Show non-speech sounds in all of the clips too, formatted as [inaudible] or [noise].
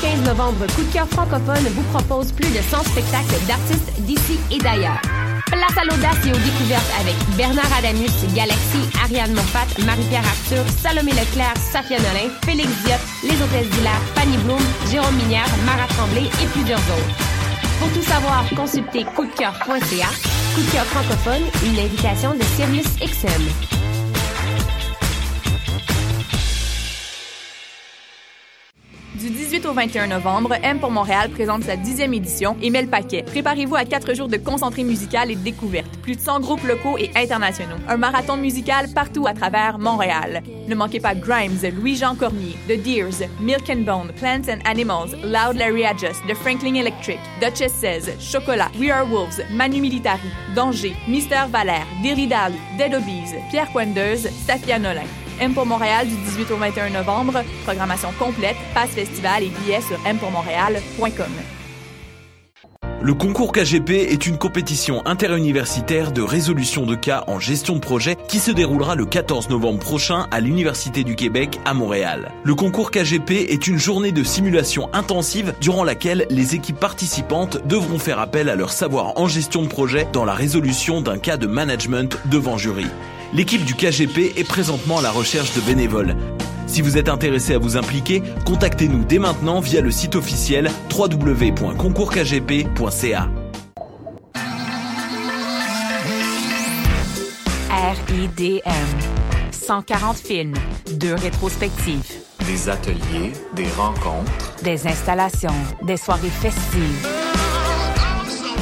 15 novembre, Coup de cœur francophone vous propose plus de 100 spectacles d'artistes d'ici et d'ailleurs. Place à l'audace et aux découvertes avec Bernard Adamus, Galaxy, Ariane Moffat, Marie-Pierre Arthur, Salomé Leclerc, Safia Nolin, Félix Diop, Les Hôtesses d'Hilaire, Fanny Bloom, Jérôme Minière, Mara Tremblay et plusieurs autres. Pour tout savoir, consultez coupdecoeur.ca. Coup de cœur francophone, une invitation de Sirius XM. Du 18 au 21 novembre, M pour Montréal présente sa dixième édition et met le paquet. Préparez-vous à quatre jours de concentré musical et de découvertes. Plus de 100 groupes locaux et internationaux. Un marathon musical partout à travers Montréal. Ne manquez pas Grimes, Louis-Jean Cormier, The Deers, Milk and Bone, Plants and Animals, Loud Larry Adjust, The Franklin Electric, Duchess 16, Chocolat, We Are Wolves, Manu Militari, Danger, Mister Valère, Derridali, Dead Obies, Pierre Coindeuse, Safia Nolin. M pour Montréal du 18 au 21 novembre. Programmation complète, passe festival et billets sur mpourmontréal.com. Le concours KGP est une compétition interuniversitaire de résolution de cas en gestion de projet qui se déroulera le 14 novembre prochain à l'Université du Québec à Montréal. Le concours KGP est une journée de simulation intensive durant laquelle les équipes participantes devront faire appel à leur savoir en gestion de projet dans la résolution d'un cas de management devant jury. L'équipe du KGP est présentement à la recherche de bénévoles. Si vous êtes intéressé à vous impliquer, contactez-nous dès maintenant via le site officiel www.concourskgp.ca. RIDM. 140 films, deux rétrospectives, des ateliers, des rencontres des installations, des soirées festives,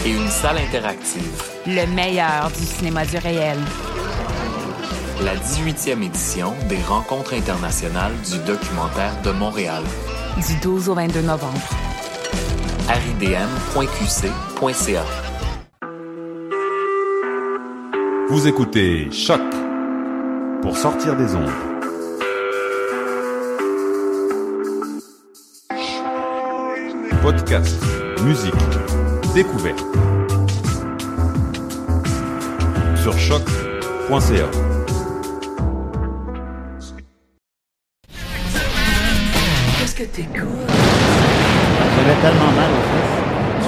et une salle interactive. le meilleur du cinéma du réel. La 18e édition des Rencontres internationales du documentaire de Montréal. Du 12 au 22 novembre. ridm.qc.ca. Vous écoutez Choc pour sortir des ondes. Podcast, musique, découverte. Sur choc.ca. J'avais tellement mal au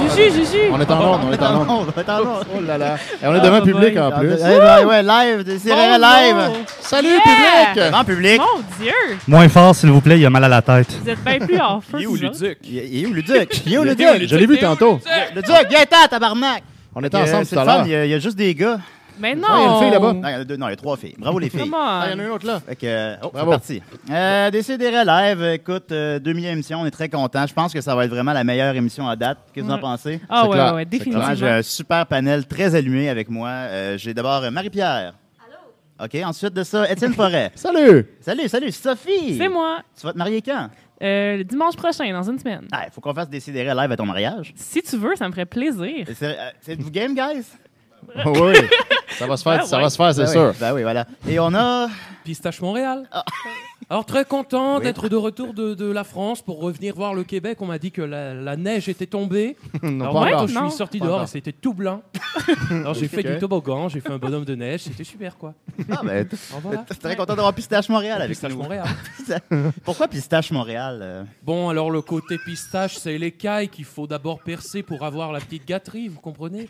Juju, Juju! On est en ordre, on est en ordre. On va t'en voir. Oh là là. Et on Ah, est devant public bah, en plus. Eh ben ouais, live, des séries live. Salut Yeah! public! Devant public. Mon Dieu! Moins fort, s'il vous plaît, il a mal à la tête. Vous êtes bien plus en feu. Il est où vous autres. Luduc? Il est- il est où le duc? Il est où le duc? Je l'ai vu tantôt. Le duc, viens t'en, tabarnak! On C'est était le ensemble tout à fun, l'heure. il y, a, il y a juste des gars. Mais non! Ah, il y a une fille là-bas. Non, il y en a deux, non, il y a trois filles. Bravo Oh, les filles. Come on. Ah, il y en a un autre là. Fait que, euh, oh, c'est Bravo. parti. Euh, Décidérez live, écoute, euh, demi-émission, on est très contents. Je pense que ça va être vraiment la meilleure émission à date. Qu'est-ce que vous en Ouais. pensez? Ah C'est ouais, ouais, clair. ouais, Vraiment, J'ai définitivement. un super panel très allumé avec moi. Euh, J'ai d'abord euh, Marie-Pierre. Allô? OK, ensuite de ça, Étienne Forêt. [laughs] Salut! salut, salut, Sophie! C'est moi. Tu vas te marier quand? Euh, le dimanche prochain, dans une semaine. Ah, il faut qu'on fasse Décidérez live à [laughs] ton mariage. Si tu veux, ça me ferait plaisir. C'est- euh, C'est vous game, guys? Ah oui. Ça va se faire, Ah ça ouais. va se faire, c'est Ben oui, sûr. Ben oui, voilà. Et on a... Pistache Montréal. Ah. Alors très content d'être de retour de, de la France pour revenir voir le Québec. On m'a dit que la, la neige était tombée. [laughs] Non, Alors pas moi, encore. quand je Non. suis sorti Pas dehors, encore. c'était tout [laughs] blanc. Alors j'ai fait Ok. du toboggan, j'ai fait un bonhomme de neige, c'était super quoi. Ah, [laughs] ben, t- Alors, voilà. t- très content d'avoir Pistache Montréal avec Pistache nous. [laughs] Montréal. Pourquoi Pistache Montréal? euh? Bon, alors le côté pistache, c'est l'écaille qu'il faut d'abord percer pour avoir la petite gâterie, vous [laughs] comprenez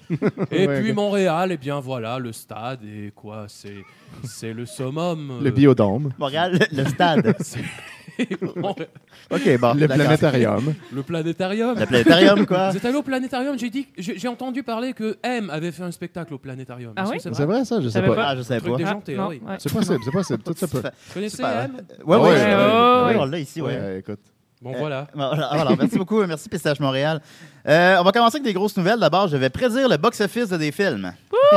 Et Ouais, puis ok. Montréal, eh bien voilà, le stade, et quoi, c'est c'est le summum. euh, Le biodôme, Montréal, [laughs] le stade. [laughs] Montréal. OK, bon. le d'accord. planétarium. le planétarium. Le planétarium, quoi. Vous êtes allé au planétarium J'ai dit, j'ai j'ai entendu parler que M avait fait un spectacle au planétarium. Ah Est-ce oui que c'est C'est vrai vrai ça? Je sais J'avais pas. pas- Ah, je savais Truc pas. des- Ah, déjanté, non, oui. ouais. C'est possible, c'est [laughs] possible, tout ça peut. Vous connaissez M hein. Ah Ouais, ouais, ouais, je- ouais, ouais, ouais. on l'a ici, ouais. Ouais, écoute. Bon Euh, voilà. Voilà, alors, [laughs] merci beaucoup. Merci, Pistache Montréal. Euh, on va commencer avec des grosses nouvelles. D'abord, je vais prédire le box-office de [laughs] des films.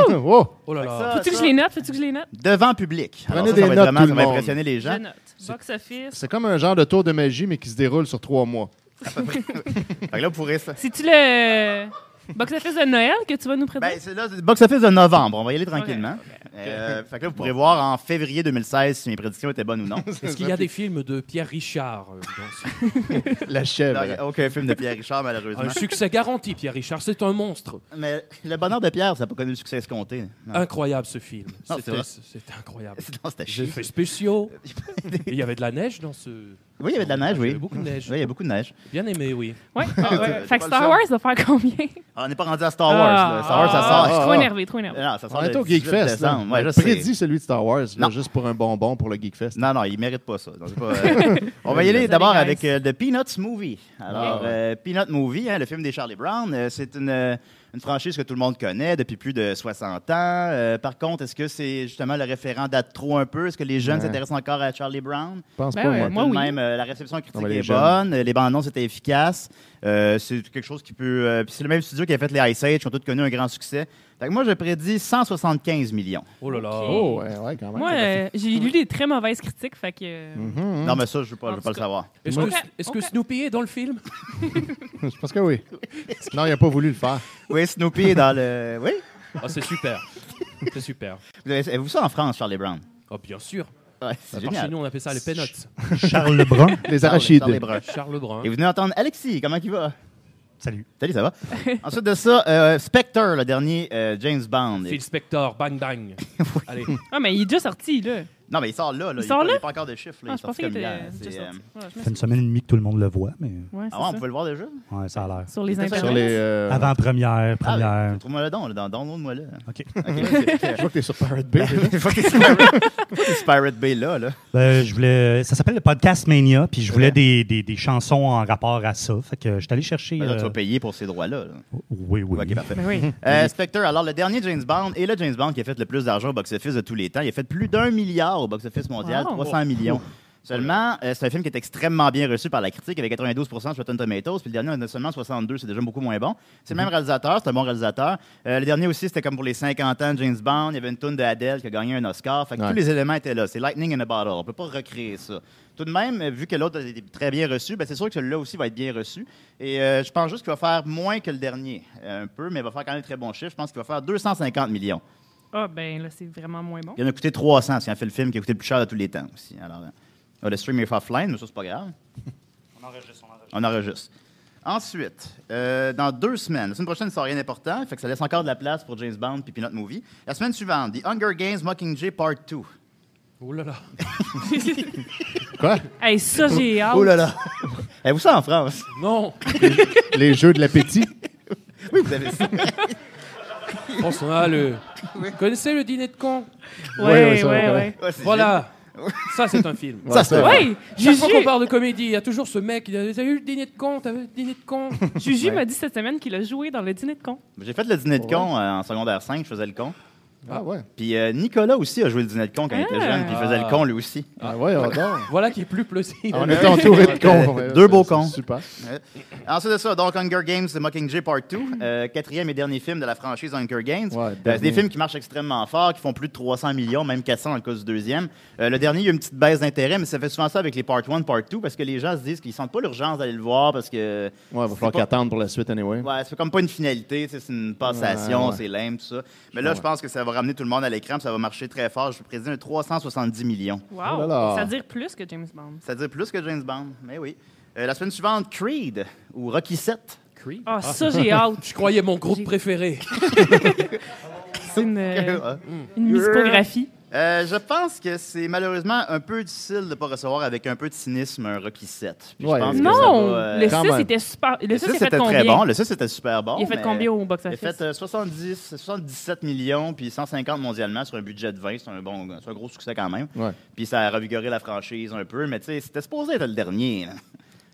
Oh! Oh là là. Ça, Faut-tu que ça, je les note? Faut-tu que je les note? Devant public. Alors, Prenez ça, ça des va notes, être vraiment, tout le ça va monde. impressionner les gens. Je note. Box office. C'est comme un genre de tour de magie, mais qui se déroule sur trois mois. Fait que là, vous pourrez ça. C'est-tu le box office de Noël que tu vas nous Ben, présenter? c'est là, c'est le box-office de novembre. On va y aller tranquillement. Euh, fait que là, vous pourrez voir en février 2016 si mes prédictions étaient bonnes ou non. [laughs] Est-ce qu'il y a des films de Pierre Richard euh, dans ce- La chèvre. Non, Aucun film de Pierre Richard, malheureusement. Un succès garanti, Pierre Richard. C'est un monstre. Mais le bonheur de Pierre, ça n'a pas connu le succès escompté. Non, Incroyable ce film. c'est vrai. [laughs] C'était c'était incroyable. C'est- non, c'était J'ai [laughs] chiant. fait spéciaux. Et Il y avait de la neige dans ce. Oui, il y avait de la neige, oui. Il y avait beaucoup de neige. Oui, il y a beaucoup de neige. Bien aimé, oui. [laughs] Ouais. Ah, ouais. Fait que Star Wars va faire combien? Ah, On n'est pas rendu à Star Wars. là. Star Wars, ça sort. Ah. Je suis trop énervé, trop énervé. Non, ça sort On est le au Geek 18 hein. Fest. là. décembre. Ouais, je sais. Prédis celui de Star Wars, là, juste pour un bonbon pour le Geek Fest. [laughs] Non, non, il mérite pas ça. Donc, c'est pas, euh, [laughs] On va y aller d'abord avec euh, The Peanuts Movie. Alors, Ah. euh, Peanut Movie, hein, le film des Charlie Brown, euh, c'est une, euh, une franchise que tout le monde connaît depuis plus de 60 ans. Euh, par contre, est-ce que c'est justement le référent date trop un peu? Est-ce que les jeunes Ouais. s'intéressent encore à Charlie Brown? Je pense Ben pas, ouais, moi. moi, Tout de oui. même, euh, la réception critique Ah, ben, les est jeunes. bonne, euh, les bandes annonces étaient efficaces. Euh, c'est quelque chose qui peut. euh, puis c'est le même studio qui a fait les Ice Age, qui ont tous connu un grand succès. Fait que moi, je prédis 175 millions. Oh là là. Oh, ouais, ouais, Ah quand même. Moi, euh, j'ai lu des très mauvaises critiques, fait que... euh, Mhm. Non, mais ça, je veux pas, je veux En pas le tout cas. savoir. Est-ce que, Ok, Mm. est-ce ok. que Snoopy est dans le film? Je pense que oui. Non, il n'a pas voulu le faire. Oui, Snoopy est dans le. Oui? Ah, c'est super. c'est super. Vous avez avez-vous ça en France, Charlie Brown? Ah, bien sûr. Ouais, Par c'est chez génial. nous, on appelle ça les peanuts. Charles Lebrun. [laughs] Les Charles- arachides. Charles Lebrun. Charles Lebrun. Et vous venez d'entendre Alexis, comment il va? Salut. Salut, ça va? [laughs] Ensuite de ça, euh, Spectre, le dernier euh, James Bond. Phil Spector, bang [laughs] bang. Allez, Ah, mais il est déjà sorti, là. Non, mais il sort là. là. Il sort a- là? a pas encore de chiffres. Là. Ah, il je est sorti pensais qu'il comme était hier. déjà C'est, euh, sorti. Ouais, je Ça me fait une suis- semaine et demie que tout le monde le voit, mais Ouais, c'est Ah ouais, on ça. pouvait le voir déjà? ouais, ça a l'air. Sur les Sur internets. Sur les. euh, Avant-première, Ah, première. Trouve-moi le don, le don, donne-moi le. OK. [laughs] Je vois que t'es sur Pirate Bay. déjà. Ben, [laughs] Faut que c'est Pirate- faut que c'est Pirate Bay là, là. Ben, je voulais, ça s'appelle le Podcast Mania, puis je voulais des, des, des chansons en rapport à ça. Fait que je suis allé chercher. Ben là, tu vas euh, payer pour ces droits-là. là. Oui, oui. Ok, parfait. [laughs] Ben oui. Euh, Spectre, alors le dernier James Bond et le James Bond qui a fait le plus d'argent au box-office de tous les temps. Il a fait plus d'un milliard au box-office mondial, Wow. 300 millions. Seulement, euh, c'est un film qui est extrêmement bien reçu par la critique, avec 92 sur Rotten Tomatoes, puis le dernier, on en a seulement 62, c'est déjà beaucoup moins bon. C'est Mm-hmm. le même réalisateur, c'est un bon réalisateur. Euh, le dernier aussi, c'était comme pour les 50 ans de James Bond, il y avait une toune de Adele qui a gagné un Oscar. Fait que Ouais. tous les éléments étaient là. C'est Lightning in a Bottle, on peut pas recréer ça. Tout de même, euh, vu que l'autre a été très bien reçu, ben, c'est sûr que celui-là aussi va être bien reçu. Et euh, je pense juste qu'il va faire moins que le dernier, euh, un peu, mais il va faire quand même un très bon chiffre. Je pense qu'il va faire 250 millions. Ah, ben là, c'est vraiment moins bon. Il en a coûté 300, c'est un fait le film qui a coûté le plus cher de tous les temps aussi. Alors, euh, on va le stream est offline, mais ça, c'est pas grave. On enregistre. Ensuite, euh, dans deux semaines, la semaine prochaine, ça sort rien d'important, fait que ça laisse encore de la place pour James Bond puis Peanut Movie. La semaine suivante, The Hunger Games Mockingjay Part 2. oh là [laughs] [laughs] là. Quoi? Hey, ça, j'ai hâte. Oh là là! Avez-vous ça en France? Non, Les jeux de l'appétit. [laughs] [laughs] Oui, vous [laughs] avez ça. je pense qu'on a [laughs] le. Vous connaissez le dîner de con Ouais, Ouais, ouais, ouais, ça, ouais. ouais. Ouais, c'est Voilà. Ça, c'est un film. Ça, c'est Ouais. Ouais, Chaque fois qu'on Juju, parle de comédie, il y a toujours ce mec qui dit T'as eu le dîner de con T'as eu le dîner de con [laughs] Juju m'a dit cette semaine qu'il a joué dans le dîner de con. J'ai fait le dîner de con euh, en secondaire 5, je faisais le con. Ah ouais. Puis euh, Nicolas aussi a joué le dîner de con quand il était Ah. jeune, puis il faisait le con lui aussi. Ah ouais, on dort. Voilà qui est plus plausible. Ah, [laughs] On est entouré de cons. ouais. Deux beaux C'est- cons. c'est Super. Ensuite de ça, donc Hunger Games The Mockingjay Part 2, euh, quatrième et dernier film de la franchise Hunger Games. Ouais, Euh, c'est dernier. des films qui marchent extrêmement fort, qui font plus de 300 millions, même 400 dans le cas du deuxième. Euh, le dernier, il y a une petite baisse d'intérêt, mais ça fait souvent ça avec les Part 1, Part 2, parce que les gens se disent qu'ils sentent pas l'urgence d'aller le voir, parce que Ouais, il va falloir pas- qu'attendre pour la suite, anyway. ouais, c'est comme pas une finalité, tu sais, c'est une passation, Ouais, ouais. c'est lame, tout ça. Mais là, Ouais. je pense que ça va ramener tout le monde à l'écran, puis ça va marcher très fort. Je prédis un 370 millions. Wow. Oh là là. Ça veut dire plus que James Bond. Ça veut dire plus que James Bond, mais oui. Euh, la semaine suivante, Creed, ou Rocky 7. Ah, ça, j'ai [laughs] hâte. Je croyais mon groupe préféré. [laughs] C'est une, euh, une musicographie. Euh, je pense que c'est malheureusement un peu difficile de ne pas recevoir avec un peu de cynisme un Rocky 7. Puis je Ouais. pense que ça Non, va, euh, le quand 6 même. était super. Le le 6 six, il a fait c'était très combien? bon. Le 6 c'était super bon. Il a fait mais combien au Il a box-office? fait euh, 70, 77 millions puis 150 mondialement sur un budget de 20. C'est un, bon, c'est un gros succès quand même. Ouais. Puis ça a revigoré la franchise un peu. Mais tu sais, c'était supposé être le dernier. là.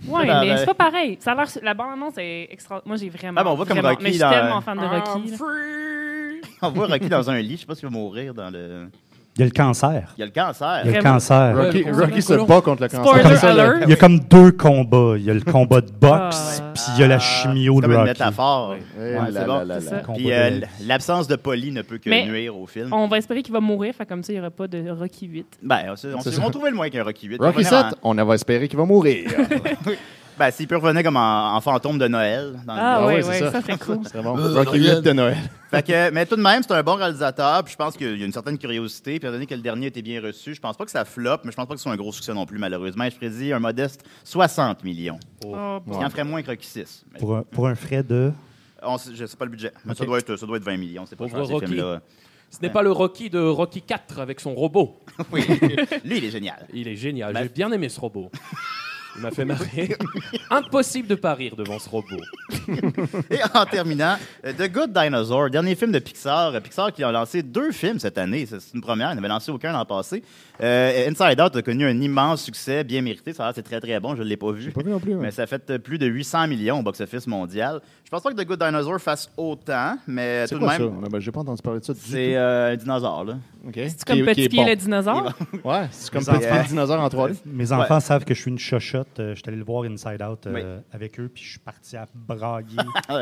Ouais, Dans mais la- c'est pas pareil. Ça a l'air, la bande-annonce est extra. Moi, j'ai vraiment. Ah, ben, on voit comme vraiment- Rocky Mais je suis dans- tellement fan de Rocky. là. [laughs] On voit Rocky dans un lit. Je sais pas s'il va mourir dans le. Il y a le cancer. Il y a le cancer. Il y a le Vraiment. cancer. Rocky, Ouais, Rocky se colon. bat contre le cancer. Spoiler Comme ça, là. alert. Il y a comme deux combats. Il y a le combat de boxe, Ah. puis il y a la chimio C'est de comme une Rocky. métaphore. Eh Ouais, là c'est là bon. là C'est là. ça. Combat Puis de- euh, l'absence de Polly ne peut que Mais- nuire au film. On va espérer qu'il va mourir, fait comme ça, il n'y aura pas de Rocky 8. Ben, on s'est- on C'est s'est ça. on trouvait le moins qu'un Rocky 8. Rocky 7, on avait espéré qu'il va mourir. [laughs] Ben, s'il peut revenir comme en, en fantôme de Noël. Dans le Ah, Ah ouais, ouais, ouais, c'est ça. ça. [laughs] serait cool. C'est bon. Euh, Rocky 8 de Noël. Fait que, mais tout de même, c'est un bon réalisateur. Puis je pense qu'il y a une certaine curiosité. Puis étant donné que le dernier était bien reçu, je pense pas que ça floppe, mais je pense pas que ce soit un gros succès non plus, malheureusement. Et je prédis un modeste 60 millions. Oh, Ce qui en ferait moins que Rocky 6. Mais Pour un, pour un frais de. on sait- je sais pas le budget. Mais ça, Ok. doit être, ça doit être 20 millions. C'est pas Pauvre cher, ces Rocky. films-là. Ce n'est pas le Rocky de Rocky 4 avec son robot. [laughs] Oui. Lui, il est génial. Il est génial. Ben- J'ai bien aimé ce robot. Il [laughs] m'a fait marrer. Impossible de pas rire devant ce robot. Et en terminant, euh, The Good Dinosaur, dernier film de Pixar. Euh, Pixar qui a lancé deux films cette année. C'est c'est une première. Ils n'avaient lancé aucun l'an passé. Euh, Inside Out a connu un immense succès, bien mérité. Ça a l'air c'est très, très bon. Je ne l'ai pas vu. pas vu non plus, ouais. Mais ça a fait euh, plus de 800 millions au box-office mondial. Je pense pas que The Good Dinosaur fasse autant, mais C'est Euh, tout quoi de ça? même, On a- ben, J'ai pas entendu parler de ça du c'est tout. euh, un dinosaure. Là. C'est comme Petit Guy le dinosaure? Ouais, c'est comme Mes Petit Guy enfants. le dinosaure en 3D. Euh, Mes enfants savent que je suis une chochotte. Euh, je suis allé le voir Inside Out euh, avec eux, puis je suis parti à [laughs] brailler.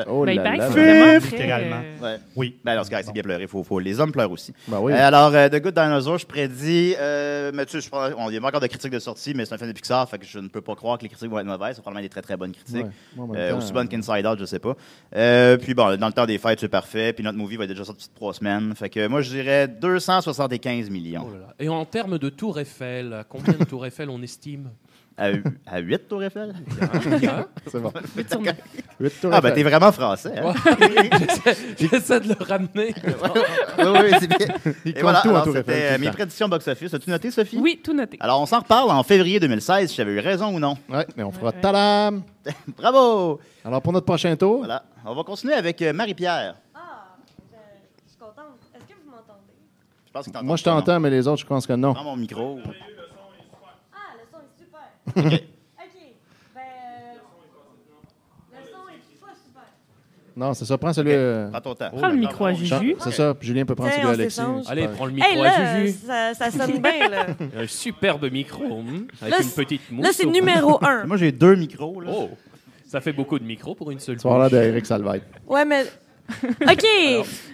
Oh Ben, il là paraît que là. c'est vraiment très, littéralement. euh, Ouais. Oui. Ben alors, ce gars, c'est bien pleuré. Faut, faut, les hommes pleurent aussi. Ben oui. Euh, alors, euh, The Good Dinosaur, je prédis. Euh, Mathieu, je prends- on n'y a pas encore de critiques de sortie, mais c'est un film de Pixar, fait que je ne peux pas croire que les critiques vont être mauvaises. C'est probablement des très très bonnes critiques. Ouais. Moi, en même Euh, temps, aussi bonnes qu'Inside Out, je sais pas. Euh, puis bon, dans le temps des fêtes, c'est parfait. Puis notre movie va être déjà sorti de trois semaines. Fait que moi, je dirais 275 millions. Oh là là. Et en termes de tour Eiffel, à combien de tour Eiffel on estime À, à 8 tours Eiffel? C'est bon. tournées. Huit tours Ah, ben Eiffel. t'es vraiment français. Hein? [laughs] J'essaie de le ramener. oui, oui, c'est bien. Il Et compte voilà, tout en alors, tour Eiffel, c'était euh, tout le mes temps. prédictions box-office. As-tu noté, Sophie? Oui, tout noté. Alors, on s'en reparle en février 2016, si j'avais eu raison ou non. Ouais, mais on fera tadam! [laughs] Bravo! Alors, pour notre prochain tour, Voilà. On va continuer avec euh, Marie-Pierre. Ah, je, je suis contente. Est-ce que vous m'entendez? Je pense que t'entends moi, je pas, non? t'entends, mais les autres, je pense que non. Prends mon micro. Ah, le son est super. [laughs] OK. OK. Ben, euh, le son est pas super. Non, c'est ça. Prends celui... euh, Prends ton temps. Prends le micro à Jean- Juju. C'est ça. puis Julien peut prendre Tiens, celui à on Alexis. s'échange. c'est Oh, Allez, pareil. prends le Hey, micro à là, Juju. ça, ça sonne bien, là. Un superbe micro, hum, [laughs] avec Là, une c'est- petite mousse. Là, c'est au- [laughs] numéro un. Moi, j'ai deux micros. Là. Oh, ça fait beaucoup de micros pour une seule Tu vas avoir bouche. l'air d'Éric Salvaille. Ouais, [laughs] mais. OK.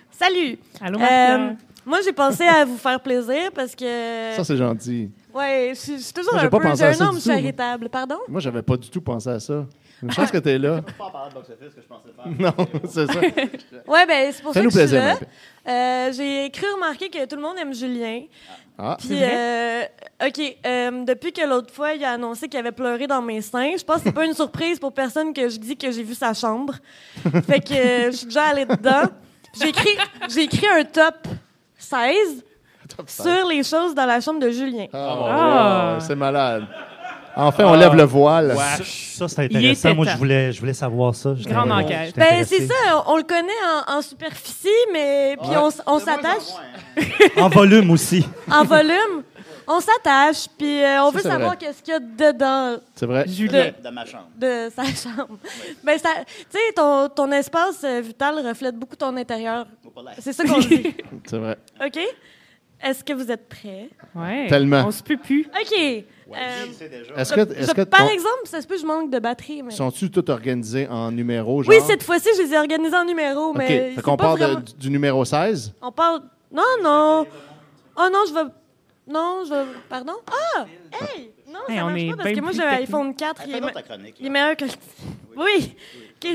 Salut. Allô, Euh, Marc-Pierre? moi, j'ai pensé à vous faire plaisir parce que. Ça, c'est gentil. ouais, je suis- je suis toujours Moi, j'ai un pas peu. pensé J'ai à un ça homme du tout, moi. charitable. Pardon? Moi, j'avais pas du tout pensé à ça. Ah. Une chance que [laughs] t'es là. Je peux pas en parler de box-office que je pensais faire. Non, c'est ça. [laughs] Ouais, ben, c'est pour ça, Fais-nous que je suis plaisir, là. Marie. Euh, j'ai cru remarquer que tout le monde aime Julien. Ah, Puis, euh, OK, euh, depuis que l'autre fois, il a annoncé qu'il avait pleuré dans mes seins, je pense que c'est pas une surprise pour personne que je dis que j'ai vu sa chambre. Fait que euh, je suis déjà allée dedans. J'ai écrit, j'ai écrit un top 16 sur les choses dans la chambre de Julien. Ah, Ah. wow, c'est malade. Enfin, on lève le voile. Ça, c'est Il est intéressant. Moi, je éteint. voulais, je voulais savoir ça. J'étais- Grande j'étais enquête. Ben, intéressé. c'est ça, on, on le connaît en, en superficie, mais puis on, s- on s'attache En volume aussi. en volume. On s'attache, puis euh, on Ça, veut c'est savoir vrai. qu'est-ce qu'il y a dedans C'est vrai. Julien. De ma chambre. de sa chambre. Ben, ça, tu sais, ton, ton espace euh, vital reflète beaucoup ton intérieur. Faut pas l'air. C'est ça qu'on dit. [laughs] C'est vrai. OK? Est-ce que vous êtes prêts? Ouais. Tellement. On se peut plus. OK. Euh, Je sais déjà. Est-ce je- que, est-ce que je- par ton- exemple, ça se peut que je manque de batterie. Mais... sont-tu tout organisés en numéros? Genre? Oui, cette fois-ci, je les ai organisés en numéros, OK. mais. Fait c'est qu'on pas part de- vraiment- du- du numéro 16. On parle. Non, non. Oh non, je vais. Non, je vais. Pardon? Ah! Hey! Non, Hey, ça on marche est pas parce bien que moi, plus j'ai un technique. iPhone 4. il est Fais me- donc ta chronique. il est meilleur que. Oui! OK.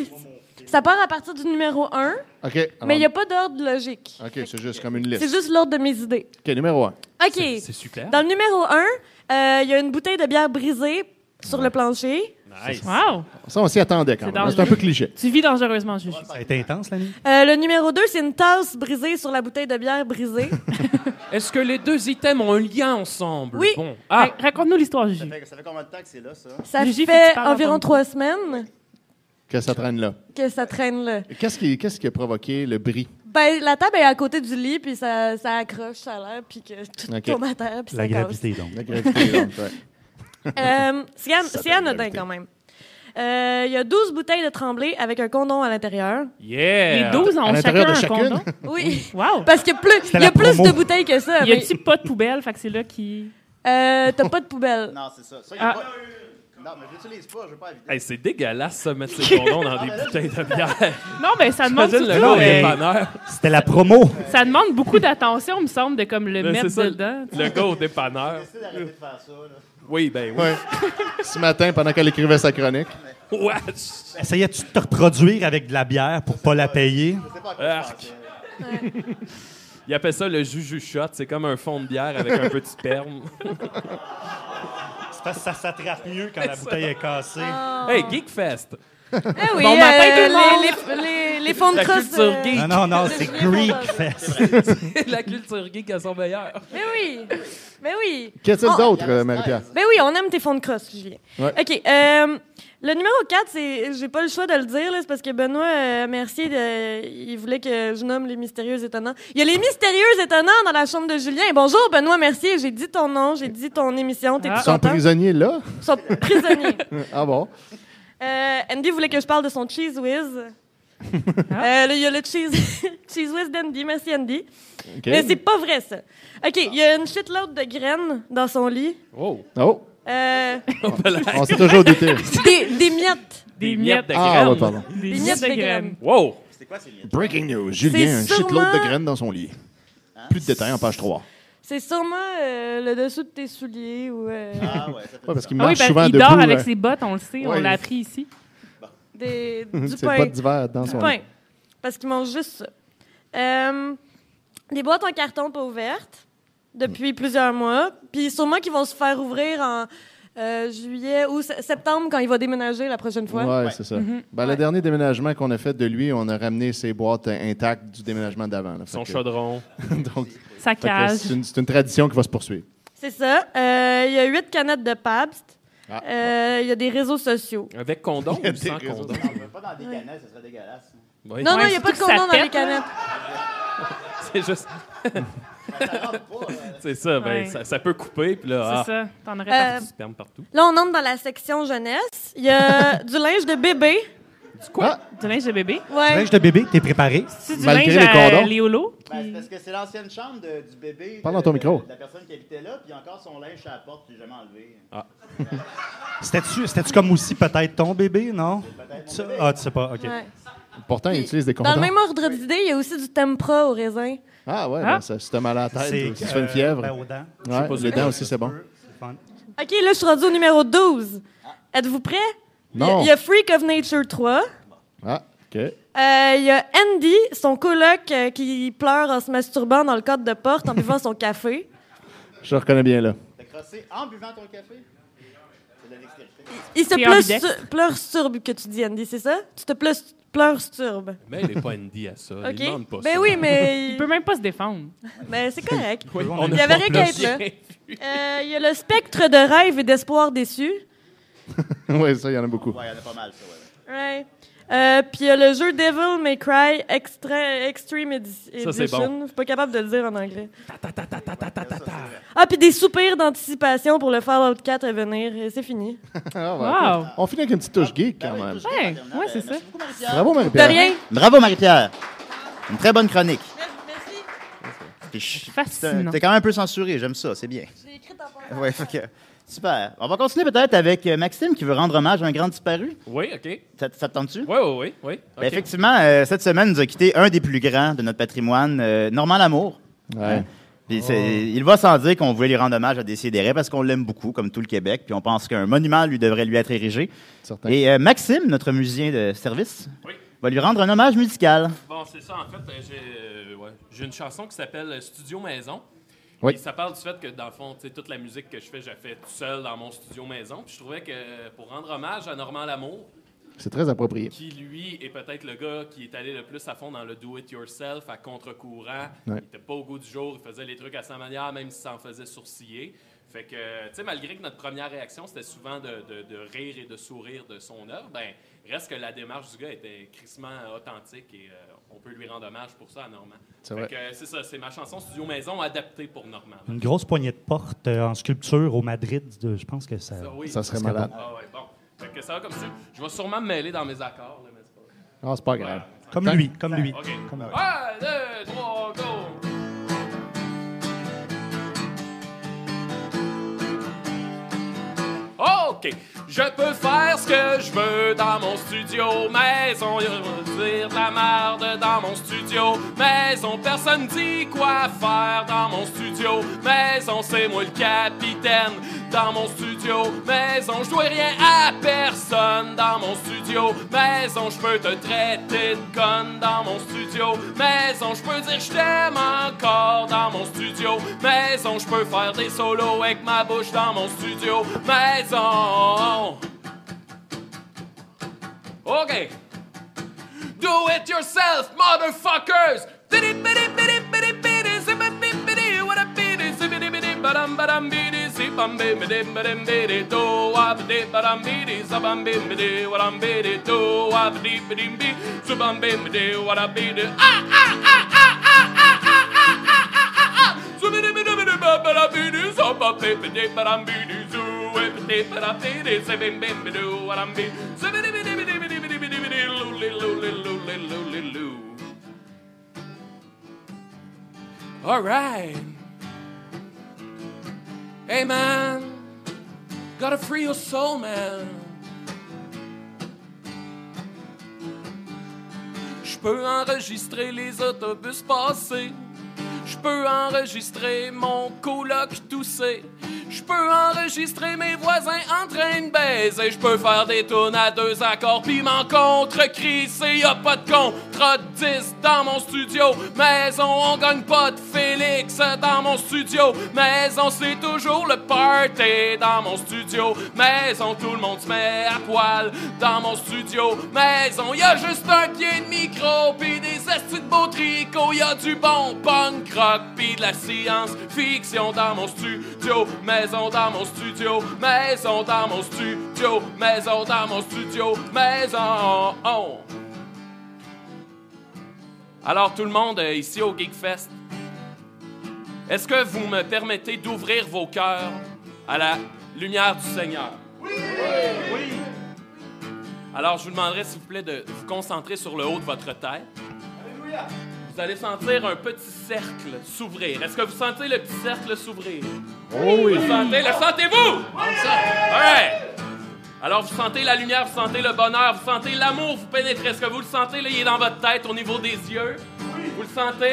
Ça part à partir du numéro 1, Ah OK. alors- mais il n'y a pas d'ordre logique. OK, c'est juste comme une C'est liste. juste l'ordre de mes idées. OK, numéro 1. OK. C'est super. Dans le numéro 1, il y a une bouteille de bière brisée sur le plancher. Nice. Wow. Ça, on s'y attendait quand C'est même. C'est un peu dangereux. cliché. Tu vis dangereusement, Juju. Ça a été intense, la nuit. Euh, le numéro 2, c'est une tasse brisée sur la bouteille de [laughs] bière brisée. Est-ce que les deux items ont un lien ensemble Oui. Bon. Ah, Ra- Raconte-nous l'histoire, Ça Juju. fait, ça fait combien de temps que c'est là, ça? Ça Gigi, faut que tu fait parles environ avant. trois semaines Que ça traîne là. que ça traîne là. Qu'est-ce qui, qu'est-ce qui a provoqué le bris? Ben, la table est à côté du lit, puis ça, ça accroche, ça a l'air, puis que tout OK. tombe à terre, puis La ça casse. gravité, donc. La gravité, donc, ouais. [laughs] Euh, c'est an- c'est donne anodin gravité. quand même. Euh, Il y a 12 bouteilles de tremblée avec un condom à l'intérieur. Les yeah. 12 ont à chacun l'intérieur de un chacune? [laughs] condom. Oui, Wow. parce que plus, il y la a plus promo. de bouteilles que ça. Y mais, a-tu pas de poubelle? Fait que c'est là qui. euh, T'as pas de poubelle. Non, c'est ça. Ça, y a Ah. pas... Non, mais je l'utilise pas, je veux pas éviter. Hey, Eh, c'est dégueulasse ça, [laughs] mettre ces condoms dans Ah, des bouteilles bah de bière. Non, mais ça demande. Imagine le surtout, gars au euh, dépanneur. C'était la promo. Ça demande beaucoup d'attention, me semble, de comme le Ben, mettre c'est ça, dedans. Le gars au dépanneur. J'essaie d'arrêter de faire ça, là. Oui, ben oui. Ouais. [laughs] Ce matin, pendant qu'elle écrivait sa chronique. Wesh. Essayais-tu de te reproduire avec de la bière pour pas la payer? Je sais pas à quoi je Arc. pensais. Il appelle ça le juju shot. C'est comme un fond de bière avec un petit [laughs] sperme. C'est parce que ça s'attrape mieux quand la bouteille est cassée. Hey, Geekfest! Ah. Eh oui, Bon matin, euh, tout le les, les, les, les fonds de La crosse. culture euh, Non, geek. non, non, Je [laughs] c'est l'ai fait Greek pour ça. Fest. C'est vrai. C'est la culture geek à son meilleur. Mais oui! Mais oui! Qu'est-ce On- d'autre, euh, Marie-Pierre? Ben oui, on aime tes fonds de crosse, Julien. Ouais. OK. euh, le numéro 4, c'est, j'ai pas le choix de le dire, là, c'est parce que Benoît euh, Mercier, de- il voulait que je nomme les mystérieux étonnants. Il y a les mystérieux étonnants dans la chambre de Julien. Bonjour, Benoît Mercier. J'ai dit ton nom, j'ai dit ton émission. T'es Ah. Ils sont prisonniers là? Ils sont prisonniers. ah bon? Euh, Andy voulait que je parle de son Cheese Whiz. Ah. Euh, là, il y a le Cheese, [laughs] cheese Whiz d'Andy. Merci, Andy. OK. Mais c'est pas vrai, ça. OK, il y a une shitload de graines dans son lit. Oh! Oh! Euh, On s'est toujours douté. [laughs] des, des miettes. Des miettes de Ah, ouais, pardon. Des miettes de graines. Wow! Breaking news. Julien a un C'est sûrement- shitload de graines dans son lit. Plus de détails en page 3. C'est sûrement euh, le dessous de tes souliers ou euh, Ouais, parce qu'il Ah oui, marche parce souvent qu'il debout. dort avec euh, ses bottes, on le sait, on Ouais. l'a appris ici. [laughs] des, du Ses pain. bottes d'hiver dans du son pain. lit. Parce qu'ils mangent juste ça. Euh, des boîtes en carton pas ouvertes Mm. depuis plusieurs mois. Puis sûrement qu'ils vont se faire ouvrir en euh, juillet ou se- septembre quand il va déménager la prochaine fois. Ouais, c'est ça. Mm-hmm. Mhm. Ben, Le dernier déménagement qu'on a fait de lui, on a ramené ses boîtes euh, intactes du déménagement d'avant. là. Fait Son que- chaudron. [laughs] Donc, Sa fait que cage. C'est une, c'est une tradition qui va se poursuivre. C'est ça. Euh, Il y a huit canettes de Pabst. Euh, Ah. Il y a des réseaux sociaux. Avec condom ou sans condom? Pas dans des canettes, ça serait dégueulasse. Oui. Non, non, il n'y a pas de condom dans les canettes. C'est juste. Ben, euh. [laughs] c'est ça, ben, Ouais. ça, ça peut couper, puis là. C'est ah, ça, t'en aurais Euh, du sperme partout. Là, on entre dans la section jeunesse. Il y a du linge de bébé. Du quoi? Du linge de bébé? Ouais. Linge de bébé, t'es préparé? C'est du linge à Euh, Léolo? Ben, c'est parce que c'est l'ancienne chambre de- du bébé. de- Parle dans ton de- micro. De, la personne qui habitait là, puis il y a encore son linge à la porte, puis jamais enlevé. Ah. [laughs] C'était-tu c'était-tu comme aussi peut-être ton bébé, non? Ça- Ah, tu sais pas, OK. Ouais. Pourtant, il utilise des Dans le condoms. même ordre d'idée, il y a aussi du tempra au raisin. Ah ouais, Ah. ben, ça- si t'as mal à la tête, C'est ou si tu que, fais une fièvre. ben, aux dents. Ouais, Je sais pas si les ça dents se aussi, c'est bon. OK, là, je suis rendu au numéro 12. Êtes-vous prêts? Il y a- Non. Il y a Freak of Nature 3. Ah, OK. Euh, Il y a Andy, son coloc euh, qui pleure en se masturbant dans le cadre de porte en buvant son café. Je reconnais bien là. [laughs] T'as crossé en buvant ton café? C'est de la dextérité. Il se C'est pleure, ambidextre. sur- pleure surbe que tu dis, Andy, c'est ça? Tu te pleures, pleures surbe. Mais il n'est pas Andy à ça. OK. Il demande pas Ben ça. oui, [laughs] mais... Il peut même pas se défendre. Mais c'est correct. Oui, on Il a y avait pas rien qu'à être plus. là. Euh, Il y a le spectre de rêve et d'espoir déçu. oui, ça, il y en a beaucoup. Ouais, il y en a pas mal, ça, ouais. Ouais. ouais. Euh, Puis il y a le jeu Devil May Cry Extra- Extreme Edi- Ça, c'est Edition. bon. Je suis pas capable de le dire en anglais. Ah, puis des soupirs d'anticipation pour le Fallout 4 à venir. Et c'est fini. [laughs] Ah, ouais, cool. On finit avec une petite touche geek quand même. Ouais, ouais c'est ça. Bravo, De Marie-Pierre. rien. Bravo, Marie-Pierre. Une très bonne chronique. Merci. Fascinant. T'es quand même un peu censuré, j'aime ça, c'est bien. Je l'ai écrit en passant. Ouais, fait que- super. On va continuer peut-être avec euh, Maxime qui veut rendre hommage à un grand disparu. Oui, OK. Ça, ça te tente-tu? Oui, oui, oui. oui. Ben, Effectivement, euh, cette semaine, nous a quitté un des plus grands de notre patrimoine, euh, Normand Lamour. Hein? Puis c'est- Il va sans dire qu'on voulait lui rendre hommage à Décideret parce qu'on l'aime beaucoup, comme tout le Québec, puis on pense qu'un monument lui devrait lui être érigé. Et euh, Maxime, notre musicien de service, va lui rendre un hommage musical. Bon, c'est ça. En fait, euh, j'ai euh, ouais. J'ai une chanson qui s'appelle euh, Studio Maison. Oui. Et ça parle du fait que, dans le fond, tu sais, toute la musique que je fais, je la fais tout seul dans mon studio maison. Puis je trouvais que, euh, pour rendre hommage à Normand Lamour, C'est très approprié. qui, lui, est peut-être le gars qui est allé le plus à fond dans le do-it-yourself, à contre-courant. Ouais. Il était pas au goût du jour, il faisait les trucs à sa manière, même s'il s'en faisait sourciller. Fait que, tu sais, malgré que notre première réaction, c'était souvent de, de- de rire et de sourire de son œuvre, ben reste que la démarche du gars était crissement authentique et euh, on peut lui rendre hommage pour ça à Normand. C'est Fait vrai. que, euh, c'est ça, c'est ma chanson Studio Maison adaptée pour Normand. Une grosse poignée de porte euh, en sculpture au Madrid, de- je pense que ça, Ça, oui. Ça serait malade. Ah ouais, bon. Fait que ça va comme ça. Je vais sûrement me mêler dans mes accords, là, mais c'est pas grave. Ah, c'est pas grave. Comme Tant- lui, comme lui. OK. Comme lui. Un, deux, trois, go! OK, je peux faire ce que je veux dans mon studio maison. Y'a dire de la merde dans mon studio maison. Personne dit quoi faire dans mon studio maison. C'est moi le capitaine dans mon studio maison. Je dois rien à personne dans mon studio maison. Je peux te traiter de conne dans mon studio maison. Je peux dire je t'aime encore dans mon studio maison. Je peux faire des solos avec ma bouche dans mon studio maison. OK. Do do it yourself, motherfuckers! Ah, ah, ah, ah, ah, ah, ah, ah, ah, ah, ah. All right. Hey, man. Gotta free your soul, man. Je peux enregistrer les autobus passés. Je peux enregistrer mon coloc toussé. Je peux enregistrer mes voisins en train de baiser. Je peux faire des tournes à deux accords puis m'en contre-crisser. Y'a pas de contre 10 dans mon studio. Maison, on gagne pas de Félix dans mon studio. Maison, c'est toujours le party dans mon studio. Maison, tout le monde se met à poil dans mon studio. Maison, y a juste un pied de micro puis des astis de beaux tricots. Y a du bon punk rock puis de la science fiction dans mon studio. Maison dans mon studio, maison dans mon studio, maison dans mon studio, maison. Alors tout le monde euh, ici au Geek Fest, est-ce que vous me permettez d'ouvrir vos cœurs à la lumière du Seigneur? Oui! Alors je vous demanderai s'il vous plaît de vous concentrer sur le haut de votre tête. Vous allez sentir un petit cercle s'ouvrir. Est-ce que vous sentez le petit cercle s'ouvrir? Oh oui. Vous le sentez, le sentez-vous? All right. Alors, vous sentez la lumière, vous sentez le bonheur, vous sentez l'amour vous pénétrer. Est-ce que vous le sentez? Là, il est dans votre tête, au niveau des yeux. Vous le sentez?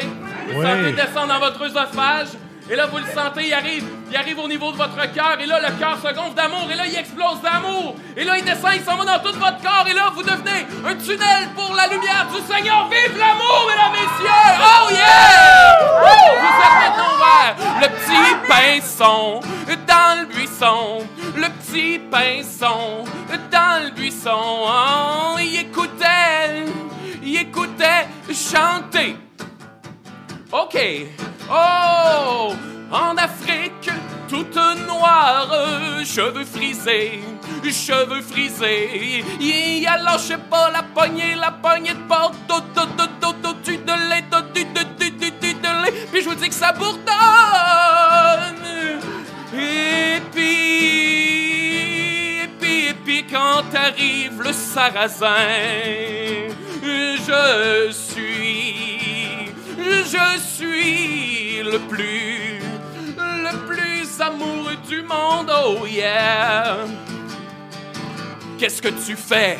Oui. Vous le sentez descendre dans votre œsophage. Et là, vous le sentez, il arrive. Il arrive au niveau de votre cœur. Et là, le cœur se gonfle d'amour. Et là, il explose d'amour. Et là, il descend, il s'en va dans tout votre corps. Et là, vous devenez un tunnel pour la lumière du Seigneur. Vive l'amour, mesdames, messieurs! Oh yeah! Wouh! Vous êtes maintenant ouverts. Le petit pinson dans le buisson. Le petit pinson dans le buisson. Oh, il écoutait, il écoutait chanter. OK. Oh! En Afrique, toute noire, cheveux frisés, cheveux frisés. Il y a lâché pas la poignée, la poignée de porte, tout, tout, tout, tout, tout, tu de lait, tout, tu de, tu, tu, tu de lait. Puis je vous dis que ça bourdonne. Et puis, et puis, et puis, quand arrive le sarrasin, je suis, je suis le plus, le plus amoureux du monde, oh yeah. Qu'est-ce que tu fais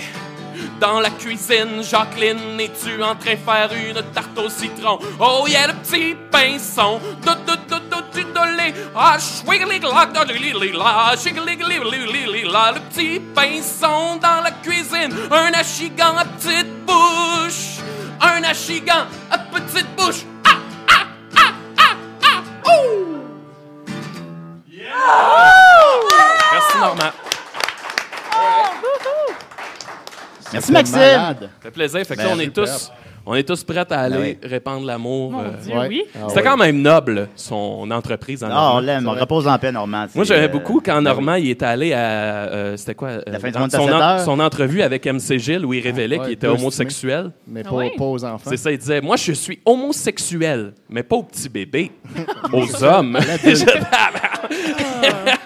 dans la cuisine, Jacqueline? Es-tu en train de faire une tarte au citron? Oh yeah, le petit pinson, do do do do du do lait. Ah, chouigligla, do do li li la, chouigligli, li li li la. Le petit pinson dans la cuisine, un achigan à petite bouche, un achigan à petite bouche. Ah, ah, ah, ah, ah, ouh! Merci Normand. Merci, Maxime. malade. Ça fait plaisir. Fait que Ben, là, on est superbe. tous, on est tous prêts à aller répandre l'amour. Mon euh, Dieu, Ouais. oui. Ah, C'était ouais. quand même noble son entreprise. en Ah, on Normand. l'aime. On repose en paix, Normand. Moi, C'est, j'aimais euh, beaucoup quand Normand il est allé à. euh, C'était quoi euh, fin du dans monde à son, 7 en- heures. son entrevue avec MC Gilles où il révélait ouais, qu'il était deux semaines. homosexuel. Mais pas, pas aux enfants. C'est ça, il disait Moi, je suis homosexuel, mais pas aux petits [laughs] bébés, aux hommes. [laughs] Ah,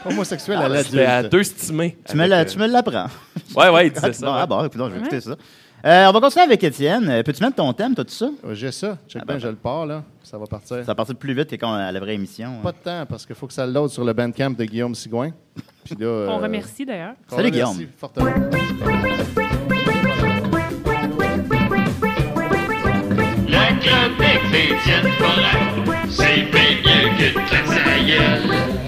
Je- Homosexuel Ah, à l'adulte. C'était à deux stimés. Tu me la- Avec, tu me l'apprends. euh, [laughs] Ouais, ouais, il Ah, disait ça. bon, ah, ouais. bon, écoute, je vais écouter Ouais. ça. Euh, on va continuer avec Étienne. Euh, Peux-tu mettre ton thème, tout ça? Ah, ben, J'ai ça. Check bien, je le pars, là. Ça va partir. Ça va partir plus vite que quand, à la vraie émission. hein. Pas de temps, parce qu'il faut que ça load sur le bandcamp de Guillaume Sigouin. [laughs] Puis là, euh, On remercie d'ailleurs. qu'on Salut, remercie Guillaume. fortement. La chronique des Étienne Forêt, c'est bien mieux que de la saïeule.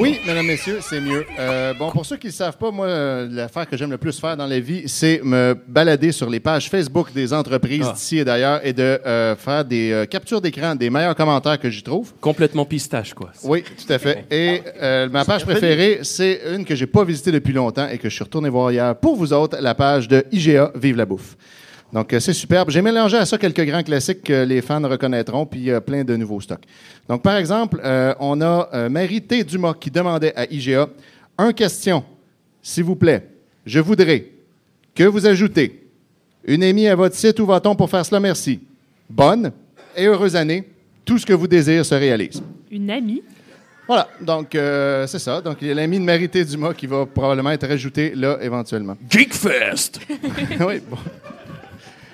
Oui, mesdames, messieurs, c'est mieux. Euh, bon, pour ceux qui ne savent pas, moi, euh, l'affaire que j'aime le plus faire dans la vie, c'est me balader sur les pages Facebook des entreprises Ah. d'ici et d'ailleurs et de euh, faire des euh, captures d'écran des meilleurs commentaires que j'y trouve. Complètement pistache, quoi. Oui, tout à fait. Ah, Et euh, ma page préférée, c'est une que j'ai pas visitée depuis longtemps et que je suis retourné voir hier pour vous autres, la page de IGA Vive la bouffe. Donc, euh, c'est superbe. J'ai mélangé à ça quelques grands classiques que les fans reconnaîtront, puis euh, plein de nouveaux stocks. Donc, par exemple, euh, on a euh, Marie T. Dumas qui demandait à IGA un question, s'il vous plaît. Je voudrais que vous ajoutez une émi à votre site ou va-t-on pour faire cela merci. Bonne et heureuse année. Tout ce que vous désirez se réalise. Une amie. Voilà, donc euh, c'est ça. Donc il y a l'ami de Marité Dumas qui va probablement être ajouté là éventuellement. Geekfest! [laughs] oui, bon.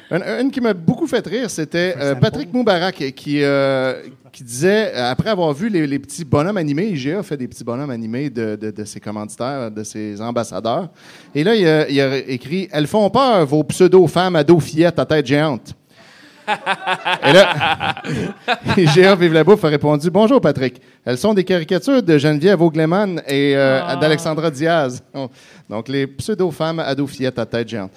Une, une qui m'a beaucoup fait rire, c'était euh, Patrick Moubarak qui, euh, qui disait, euh, après avoir vu les, les petits bonhommes animés, IGA fait des petits bonhommes animés de, de- de ses commanditaires, de ses ambassadeurs. Et là, il a, il a écrit Elles font peur, vos pseudo-femmes à dos fillettes à tête géante. Et là, IGA Vive la Bouffe a répondu Bonjour Patrick, elles sont des caricatures de Geneviève Augleman et euh, Ah. d'Alexandra Diaz. Oh. Donc, les pseudo-femmes à dos fillettes à tête géante.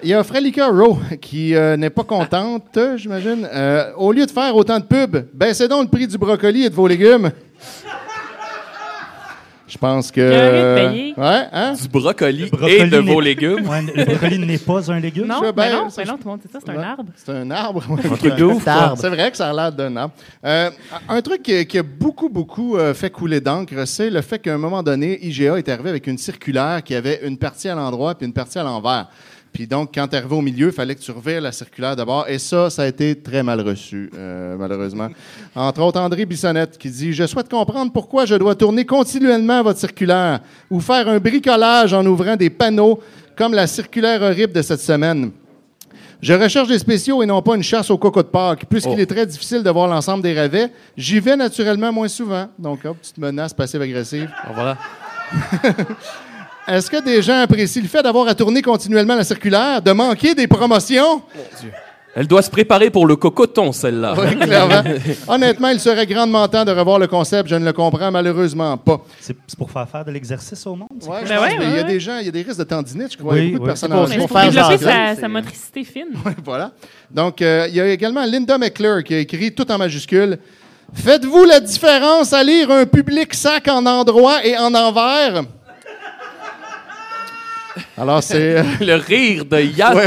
Il y a Frelica Rowe qui euh, n'est pas contente, euh, j'imagine. Euh, au lieu de faire autant de pubs, baissez donc le prix du brocoli et de vos légumes. Je pense que. Carré de payer. Ouais, hein? Du brocoli, et brocoli de n'est- vos légumes. Ouais, le [laughs] brocoli n'est pas un légume. Non, ça? mais Ben, non, ça, mais je- non, tout le monde dit ça, c'est un Ouais. arbre. C'est un arbre. oui. Un truc de ouf, quoi. Arbre. C'est vrai que ça a l'air d'un arbre. Euh, un truc qui, qui a beaucoup, beaucoup euh, fait couler d'encre, c'est le fait qu'à un moment donné, IGA est arrivé avec une circulaire qui avait une partie à l'endroit puis une partie à l'envers. Puis donc, quand tu arrivais au milieu, il fallait que tu revires la circulaire d'abord. Et ça, ça a été très mal reçu, euh, malheureusement. Entre autres, André Bissonnette qui dit « Je souhaite comprendre pourquoi je dois tourner continuellement votre circulaire ou faire un bricolage en ouvrant des panneaux comme la circulaire horrible de cette semaine. » Je recherche des spéciaux et non pas une chasse au coco de Pâques. Puisqu'il Oh. est très difficile de voir l'ensemble des ravets, j'y vais naturellement moins souvent. Donc, hop, petite menace passive-agressive. Ah, voilà. [laughs] Est-ce que des gens apprécient le fait d'avoir à tourner continuellement la circulaire, de manquer des promotions? Elle doit se préparer pour le cocoton, Ah. celle-là. Oui, [laughs] clairement. Honnêtement, il serait grandement temps de revoir le concept. Je ne le comprends malheureusement pas. C'est c'est pour faire faire de l'exercice au monde? ça? Ben Ouais, je pense, mais il y a des gens, il y a des risques de tendinite, je crois. Oui, il y a beaucoup oui. de personnes Pour- âgées. Mais pour développer sa, sa motricité [laughs] fine. voilà. Donc, euh, il y a également Linda McClure qui a écrit tout en majuscule Faites-vous la différence à lire un public sac en endroit et en envers Alors, c'est. euh, Le rire de Yann. Ouais,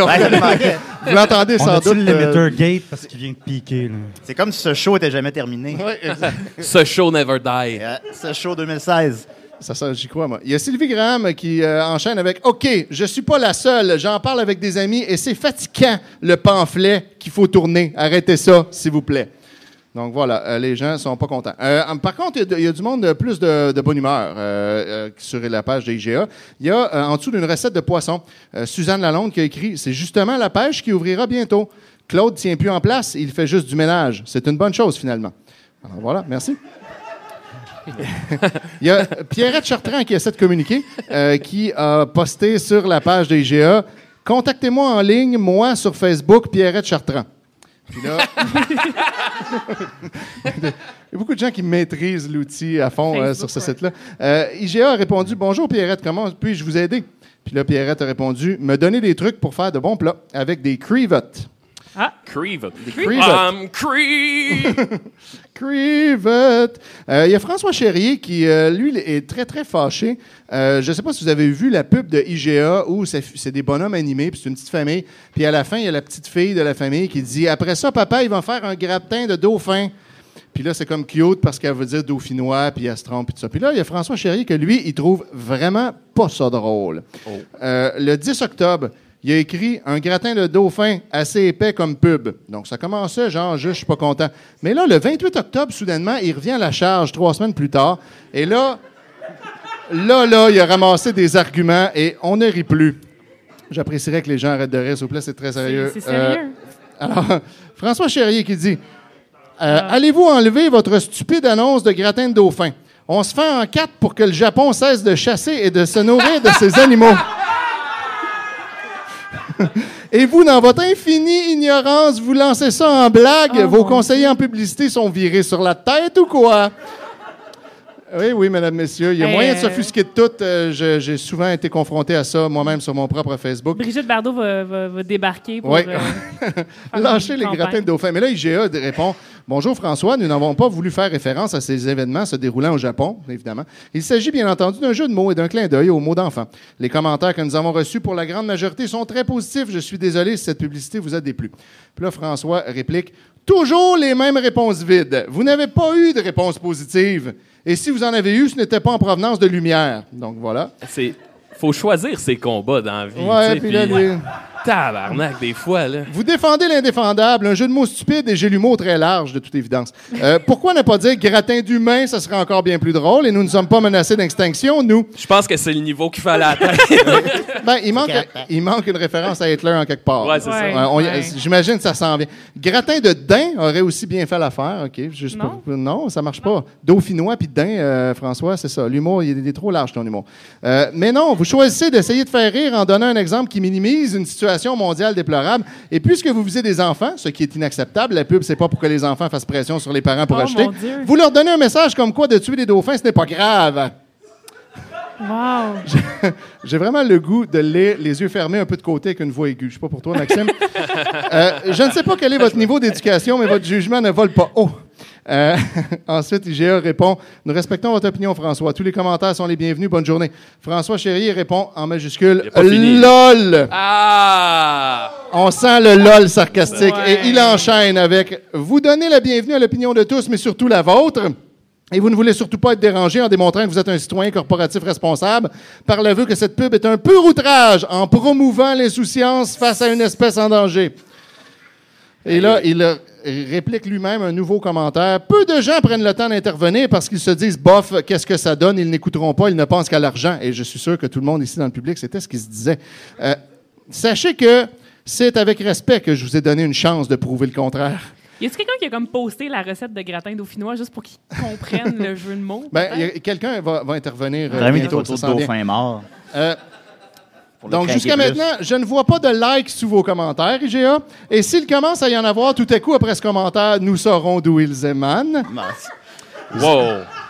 [laughs] on- Vous l'entendez On sans a-tu doute. le euh, limiter gate parce qu'il vient de piquer? là? C'est comme si ce show était jamais terminé. Oui, exact. [laughs] Ce show never die. ce show 2016. Ça, ça j'y crois, moi. Il y a Sylvie Graham qui euh, enchaîne avec OK, je suis pas la seule, j'en parle avec des amis et c'est fatigant le pamphlet qu'il faut tourner. Arrêtez ça, s'il vous plaît. Donc voilà, euh, les gens sont pas contents. Euh, en- par contre, il y a de- il y, a du monde de plus de, de bonne humeur euh, euh, sur la page des IGA. Il y a euh, en dessous d'une recette de poisson, euh, Suzanne Lalonde qui a écrit C'est justement la pêche qui ouvrira bientôt. Claude tient plus en place, il fait juste du ménage. C'est une bonne chose finalement. Alors voilà, merci. Il y a Pierrette Chartrand qui essaie de communiquer, euh, qui a posté sur la page des IGA Contactez-moi en ligne, moi sur Facebook, Pierrette Chartrand. Puis là, il y a beaucoup de gens qui maîtrisent l'outil à fond euh, sur ce site-là. Euh, IGA a répondu Bonjour Pierrette, comment puis-je vous aider Puis là, Pierrette a répondu Me donner des trucs pour faire de bons plats avec des crevettes. Ah. Creeve. Creeve. I'm Creeve. Crevette. Euh, Il y a François Chérier qui, euh, lui, est très, très fâché. Euh, je ne sais pas si vous avez vu la pub de IGA où c'est c'est des bonhommes animés, puis c'est une petite famille. Puis à la fin, il y a la petite fille de la famille qui dit « Après ça, papa, ils vont faire un gratin de dauphin. » Puis là, c'est comme cute parce qu'elle veut dire dauphinois, puis elle se trompe, puis tout ça. Puis là, il y a François Chérier que, lui, il trouve vraiment pas ça drôle. Euh, le 10 octobre, il a écrit un gratin de dauphin assez épais comme pub. Donc, ça commençait genre, je je suis pas content. Mais là, le 28 octobre, soudainement, il revient à la charge trois semaines plus tard. Et là, là, là, il a ramassé des arguments et on ne rit plus. J'apprécierais que les gens arrêtent de rire, s'il vous plaît, c'est très sérieux. c'est sérieux. Euh, alors, [laughs] François Chérier qui dit euh, Allez-vous enlever votre stupide annonce de gratin de dauphin On se fait en quatre pour que le Japon cesse de chasser et de se nourrir de [laughs] ses animaux. [laughs] Et vous, dans votre infinie ignorance, vous lancez ça en blague. Ah, Vos conseillers en publicité sont virés sur la tête ou quoi? Oui, oui, mesdames, messieurs. Il y a Hey, moyen de euh, s'offusquer de tout. Euh, je- J'ai souvent été confronté à ça moi-même sur mon propre Facebook. Brigitte Bardot va, va- va débarquer pour... Oui. euh, [laughs] faire une [laughs] Lâchez les campagne. gratins de dauphin. Mais là, IGA répond Bonjour François, nous n'avons pas voulu faire référence à ces événements se déroulant au Japon, évidemment. Il s'agit bien entendu d'un jeu de mots et d'un clin d'œil aux mots d'enfant. Les commentaires que nous avons reçus pour la grande majorité sont très positifs. Je suis désolé si cette publicité vous a déplu. Puis là, François réplique Toujours les mêmes réponses vides. Vous n'avez pas eu de réponse positive. Et si vous en avez eu, ce n'était pas en provenance de lumière. Donc [laughs] voilà. C'est. Faut choisir ses combats dans la vie. Ouais, tu sais, puis là, des- Tabarnak, des fois, là. Vous défendez l'indéfendable, un jeu de mots stupide et j'ai l'humour très large, de toute évidence. Euh, pourquoi ne pas dire gratin d'humain, ça serait encore bien plus drôle et nous ne sommes pas menacés d'extinction, nous? Je pense que c'est le niveau qu'il fallait [laughs] atteindre. Ben, il manque, il manque une référence à Hitler en quelque part. Euh, Ouais, c'est ça. on y- Ouais. J'imagine que ça s'en vient. Gratin de daim aurait aussi bien fait l'affaire. OK. Juste non. non, ça marche pas. Dauphinois puis daim, euh, François, c'est ça. L'humour, il est, il est trop large, ton humour. Euh, mais non, vous choisissez d'essayer de faire rire en donnant un exemple qui minimise une situation mondiale déplorable. Et puisque vous visez des enfants, ce qui est inacceptable, la pub, c'est pas pour que les enfants fassent pression sur les parents pour Oh, acheter, mon Dieu. vous leur donnez un message comme quoi de tuer des dauphins, ce n'est pas grave. [laughs] Wow. J'ai vraiment le goût de lire les yeux fermés un peu de côté avec une voix aiguë. Je sais pas pour [laughs] toi, Maxime. Euh, je ne sais pas quel est votre niveau d'éducation, mais votre jugement ne vole pas haut. Euh, [laughs] ensuite, IGA répond Nous respectons votre opinion, François. Tous les commentaires sont les bienvenus. Bonne journée. François Chéri répond en majuscule pas fini. LOL. Ah! On sent le LOL sarcastique. Ouais. Et il enchaîne avec Vous donnez la bienvenue à l'opinion de tous, mais surtout la vôtre. Et vous ne voulez surtout pas être dérangé en démontrant que vous êtes un citoyen corporatif responsable par l'aveu que cette pub est un pur outrage en promouvant l'insouciance face à une espèce en danger. Et là, il euh, réplique lui-même un nouveau commentaire. Peu de gens prennent le temps d'intervenir parce qu'ils se disent bof, qu'est-ce que ça donne Ils n'écouteront pas, ils ne pensent qu'à l'argent. Et je suis sûr que tout le monde ici dans le public, c'était ce qui se disait. Euh, sachez que c'est avec respect que je vous ai donné une chance de prouver le contraire. Y a-t-il quelqu'un qui a comme posté la recette de gratin dauphinois juste pour qu'ils comprennent le jeu de mots? Ben, y a- quelqu'un va, va intervenir euh, T'aurais mis des bientôt. photos ça de s'en vient. dauphins morts. Euh, Pour le donc, craquer jusqu'à plus. maintenant, je ne vois pas de like sous vos commentaires, IGA. Et s'il commence à y en avoir tout à coup après ce commentaire, nous saurons d'où ils émanent. Wow!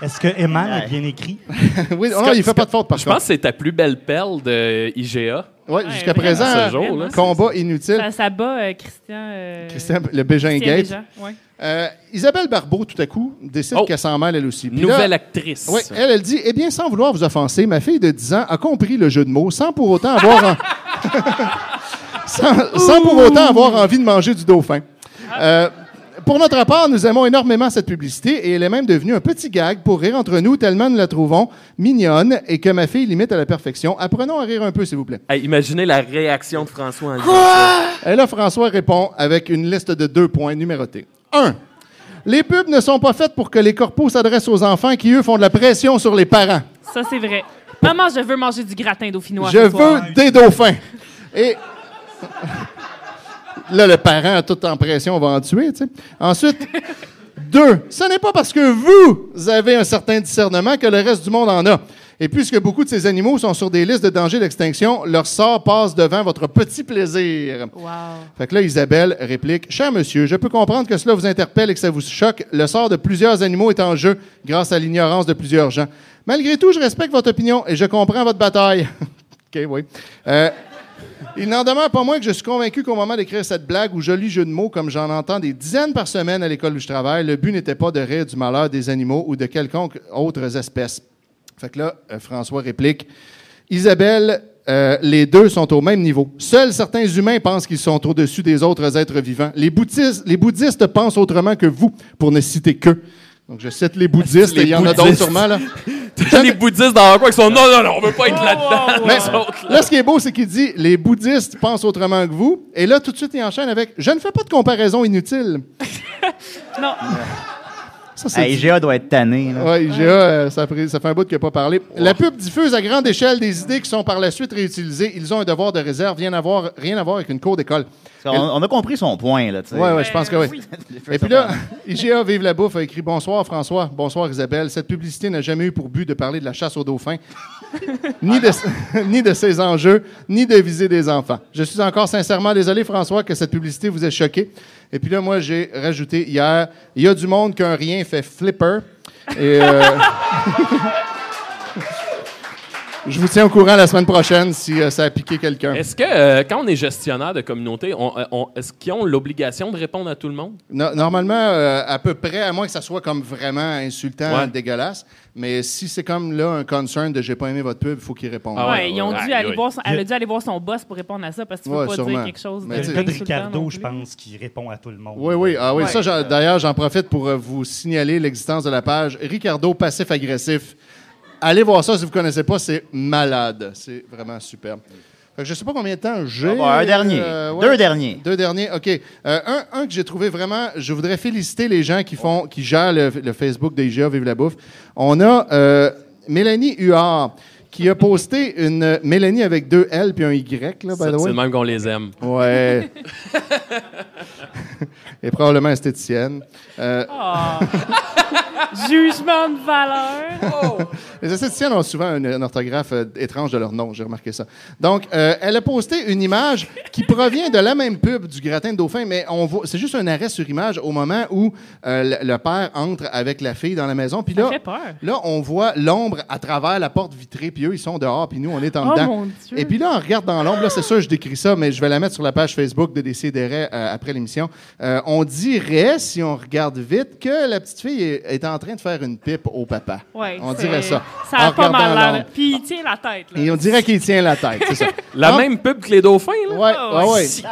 Est-ce que Eman est bien écrit? [laughs] oui, non, il fait pas de faute, par Je pense que contre. c'est ta plus belle perle de IGA. Ouais, jusqu'à présent, à ce jour, euh, là. combat inutile. Ça, ça bat euh, Christian. euh, Christian, le Bégin Christian Gate. Bégin, ouais. Euh, Isabelle Barbeau, tout à coup, décide qu'elle s'en mêle elle aussi. Puis Oh. Nouvelle là- actrice. Oui, elle, elle dit Eh bien, sans vouloir vous offenser, ma fille de 10 ans a compris le jeu de mots sans pour autant avoir, en- [laughs] sans, sans pour autant avoir envie de manger du dauphin. Euh, pour notre part, nous aimons énormément cette publicité et elle est même devenue un petit gag pour rire entre nous tellement nous la trouvons mignonne et que ma fille l'imite à la perfection. Apprenons à rire un peu, s'il vous plaît. Hey, imaginez la réaction de François en disant Et là, François répond avec une liste de deux points numérotés. Un, les pubs ne sont pas faites pour que les corpos s'adressent aux enfants qui, eux, font de la pression sur les parents. Ça, c'est vrai. Maman, je veux manger du gratin dauphinois. Je ce veux soir. des dauphins. Et là, le parent, tout en pression, va en tuer. tu sais. Ensuite, deux, ce n'est pas parce que vous avez un certain discernement que le reste du monde en a. Et puisque beaucoup de ces animaux sont sur des listes de danger d'extinction, leur sort passe devant votre petit plaisir. Fait que là, Isabelle réplique Cher monsieur, je peux comprendre que cela vous interpelle et que ça vous choque. Le sort de plusieurs animaux est en jeu grâce à l'ignorance de plusieurs gens. Malgré tout, je respecte votre opinion et je comprends votre bataille. OK, oui. Euh, il n'en demeure pas moins que je suis convaincu qu'au moment d'écrire cette blague ou joli jeu de mots, comme j'en entends des dizaines par semaine à l'école où je travaille, le but n'était pas de rire du malheur des animaux ou de quelconque autres espèces. Fait que là, euh, François réplique Isabelle, euh, les deux sont au même niveau. Seuls certains humains pensent qu'ils sont au-dessus des autres êtres vivants. Les bouddhistes, les bouddhistes pensent autrement que vous, pour ne citer que. Donc, je cite les bouddhistes, Les et il y en a d'autres bouddhistes. sûrement, [laughs] là. Oh, les bouddhistes dans un coin qui sont non, non, non, on veut pas être là-dedans. Mais les autres, là. là, ce qui est beau, c'est qu'il dit les bouddhistes pensent autrement que vous. Et là, tout de suite, il enchaîne avec je ne fais pas de comparaison inutile. Non. Ça, c'est Hey, IGA doit être tanné. là. Ouais, IGA, euh, ça, a pris- ça fait un bout qu'il n'a pas parlé. La pub diffuse à grande échelle des idées qui sont par la suite réutilisées. Ils ont un devoir de réserve, rien à voir, rien à voir avec une cour d'école. On, on a compris son point. Là, tu sais. Ouais, ouais, je pense que oui. [laughs] Et puis là, [laughs] IGA Vive la Bouffe a écrit Bonsoir François, bonsoir Isabelle. Cette publicité n'a jamais eu pour but de parler de la chasse aux dauphins, ni, de, [laughs] ni de ses enjeux, ni de viser des enfants. Je suis encore sincèrement désolé, François, que cette publicité vous ait choqué. Et puis là, moi, j'ai rajouté hier Il y a du monde qu'un rien fait flipper. Et. euh, [laughs] Je vous tiens au courant la semaine prochaine si euh, ça a piqué quelqu'un. Est-ce que euh, quand on est gestionnaire de communauté, on- euh, on- est-ce qu'ils ont l'obligation de répondre à tout le monde? No- normalement, euh, à peu près, à moins que ça soit comme vraiment insultant, Ouais. dégueulasse. Mais si c'est comme là un concern de j'ai pas aimé votre pub, il faut qu'il réponde. Ah Ouais, ils ont dû aller voir son, elle a dû aller voir son boss pour répondre à ça parce que tu peux Ouais, pas sûrement. dire quelque chose Mais de, t'sais- Le gars de d'insultant non Ricardo, plus. je pense, qui répond à tout le monde. Oui, oui. Ah, oui. Ouais. Ça, j'en- d'ailleurs, j'en profite pour euh, vous signaler l'existence de la page Ricardo Passif-Agressif. Allez voir ça si vous ne connaissez pas. C'est malade. C'est vraiment superbe. Fait que je ne sais pas combien de temps j'ai. euh, On va avoir Ah bah, un dernier. Deux derniers. Deux derniers. OK. Euh, un, un que j'ai trouvé vraiment. Je voudrais féliciter les gens qui, font, qui gèrent le, le Facebook d'IGA Vive la Bouffe. On a euh, Mélanie Huard qui a posté une Mélanie avec deux L puis un Y, là, Ah, by C'est the c'est way. le même qu'on les aime. Ouais. Et probablement esthéticienne. Euh, Ah. [laughs] Jugement de valeur. Les esthéticiennes ont souvent une, une orthographe euh, étrange de leur nom, j'ai remarqué ça. Donc, euh, elle a posté une image qui provient de la même pub du gratin de dauphin, mais on voit, c'est juste un arrêt sur image au moment où euh, le, le père entre avec la fille dans la maison. Puis Ça là, fait peur. là, on voit l'ombre à travers la porte vitrée, puis eux, ils sont dehors, puis nous, on est en Oh, dedans. mon Dieu. Et puis là, on regarde dans l'ombre, là, c'est sûr, je décris ça, mais je vais la mettre sur la page Facebook de Décideret après l'émission. Euh, on dirait, si on regarde vite, que la petite fille est, est en train de faire une pipe au papa. Ouais, on c'est- dirait ça. Ça a En pas regardant mal l'air. l'ombre. Puis il tient la tête. là. Et on dirait qu'il tient la tête, c'est ça. La En- même pub que les dauphins, là? Ah, Ouais, ouais, ouais. Si,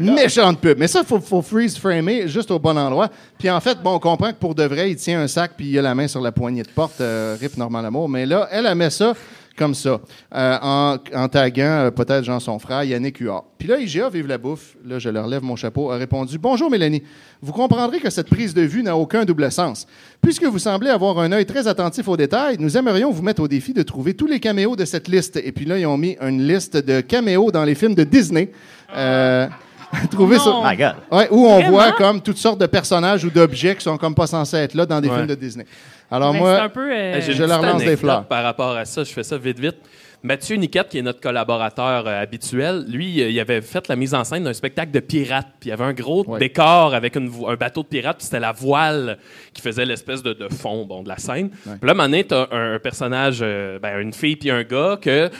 Méchante pub. Mais ça, il faut, faut freeze-framer juste au bon endroit. Puis en fait, bon, on comprend que pour de vrai, il tient un sac puis il a la main sur la poignée de porte. euh, rip Normand Lamour. Mais là, elle, elle met ça comme ça, euh, en, en taguant euh, peut-être Jean son frère, Yannick Huard. Puis là, IGA, vive la bouffe, là, je leur lève mon chapeau, a répondu Bonjour Mélanie, vous comprendrez que cette prise de vue n'a aucun double sens. Puisque vous semblez avoir un œil très attentif aux détails, nous aimerions vous mettre au défi de trouver tous les caméos de cette liste. Et puis là, ils ont mis une liste de caméos dans les films de Disney. Euh, [laughs] trouver Non. sur- My God. Ouais, où on Vraiment? voit comme toutes sortes de personnages ou d'objets qui sont comme pas censés être là dans des Ouais. films de Disney. Alors Mais moi, c'est un peu, Euh, j'ai je une leur petite lance des anecdote fleurs. Par rapport à ça, je fais ça vite, vite. Mathieu Niquette, qui est notre collaborateur euh, habituel, lui, euh, il avait fait la mise en scène d'un spectacle de pirates. Puis il y avait un gros décor avec une vo- un bateau de pirates, puis c'était la voile qui faisait l'espèce de, de fond bon, de la scène. Puis là, à un moment donné, t'as un, un personnage, euh, ben, une fille puis un gars que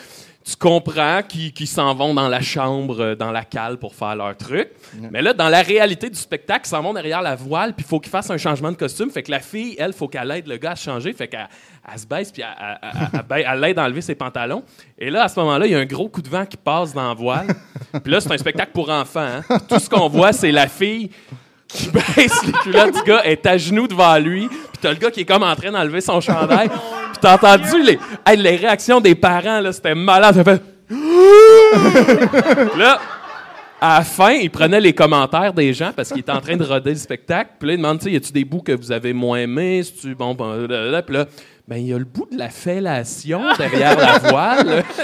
tu comprends qui, qui s'en vont dans la chambre, euh, dans la cale pour faire leur truc. Mais là, dans la réalité du spectacle, ils s'en vont derrière la voile, puis il faut qu'ils fassent un changement de costume. Fait que la fille, elle, faut qu'elle aide le gars à se changer. Fait qu'elle elle se baisse, puis elle, elle- elle- elle ba- elle l'aide à enlever ses pantalons. Et là, à ce moment-là, il y a un gros coup de vent qui passe dans la voile. Puis là, c'est un spectacle pour enfants. hein. Tout ce qu'on voit, c'est la fille qui baisse Ben, les culottes du gars, elle est à genoux devant lui, puis t'as le gars qui est comme en train d'enlever son chandail. Puis t'as entendu les, hey, les réactions des parents, là, c'était malade. Ça fait... [laughs] là, à la fin, il prenait les commentaires des gens parce qu'il était en train de roder le spectacle. Puis là, il demande, tu sais, y a-tu des bouts que vous avez moins aimés? tu bon, bon, là, là, là. Puis là, ben, il y a le bout de la fellation derrière la [laughs] voile. [laughs]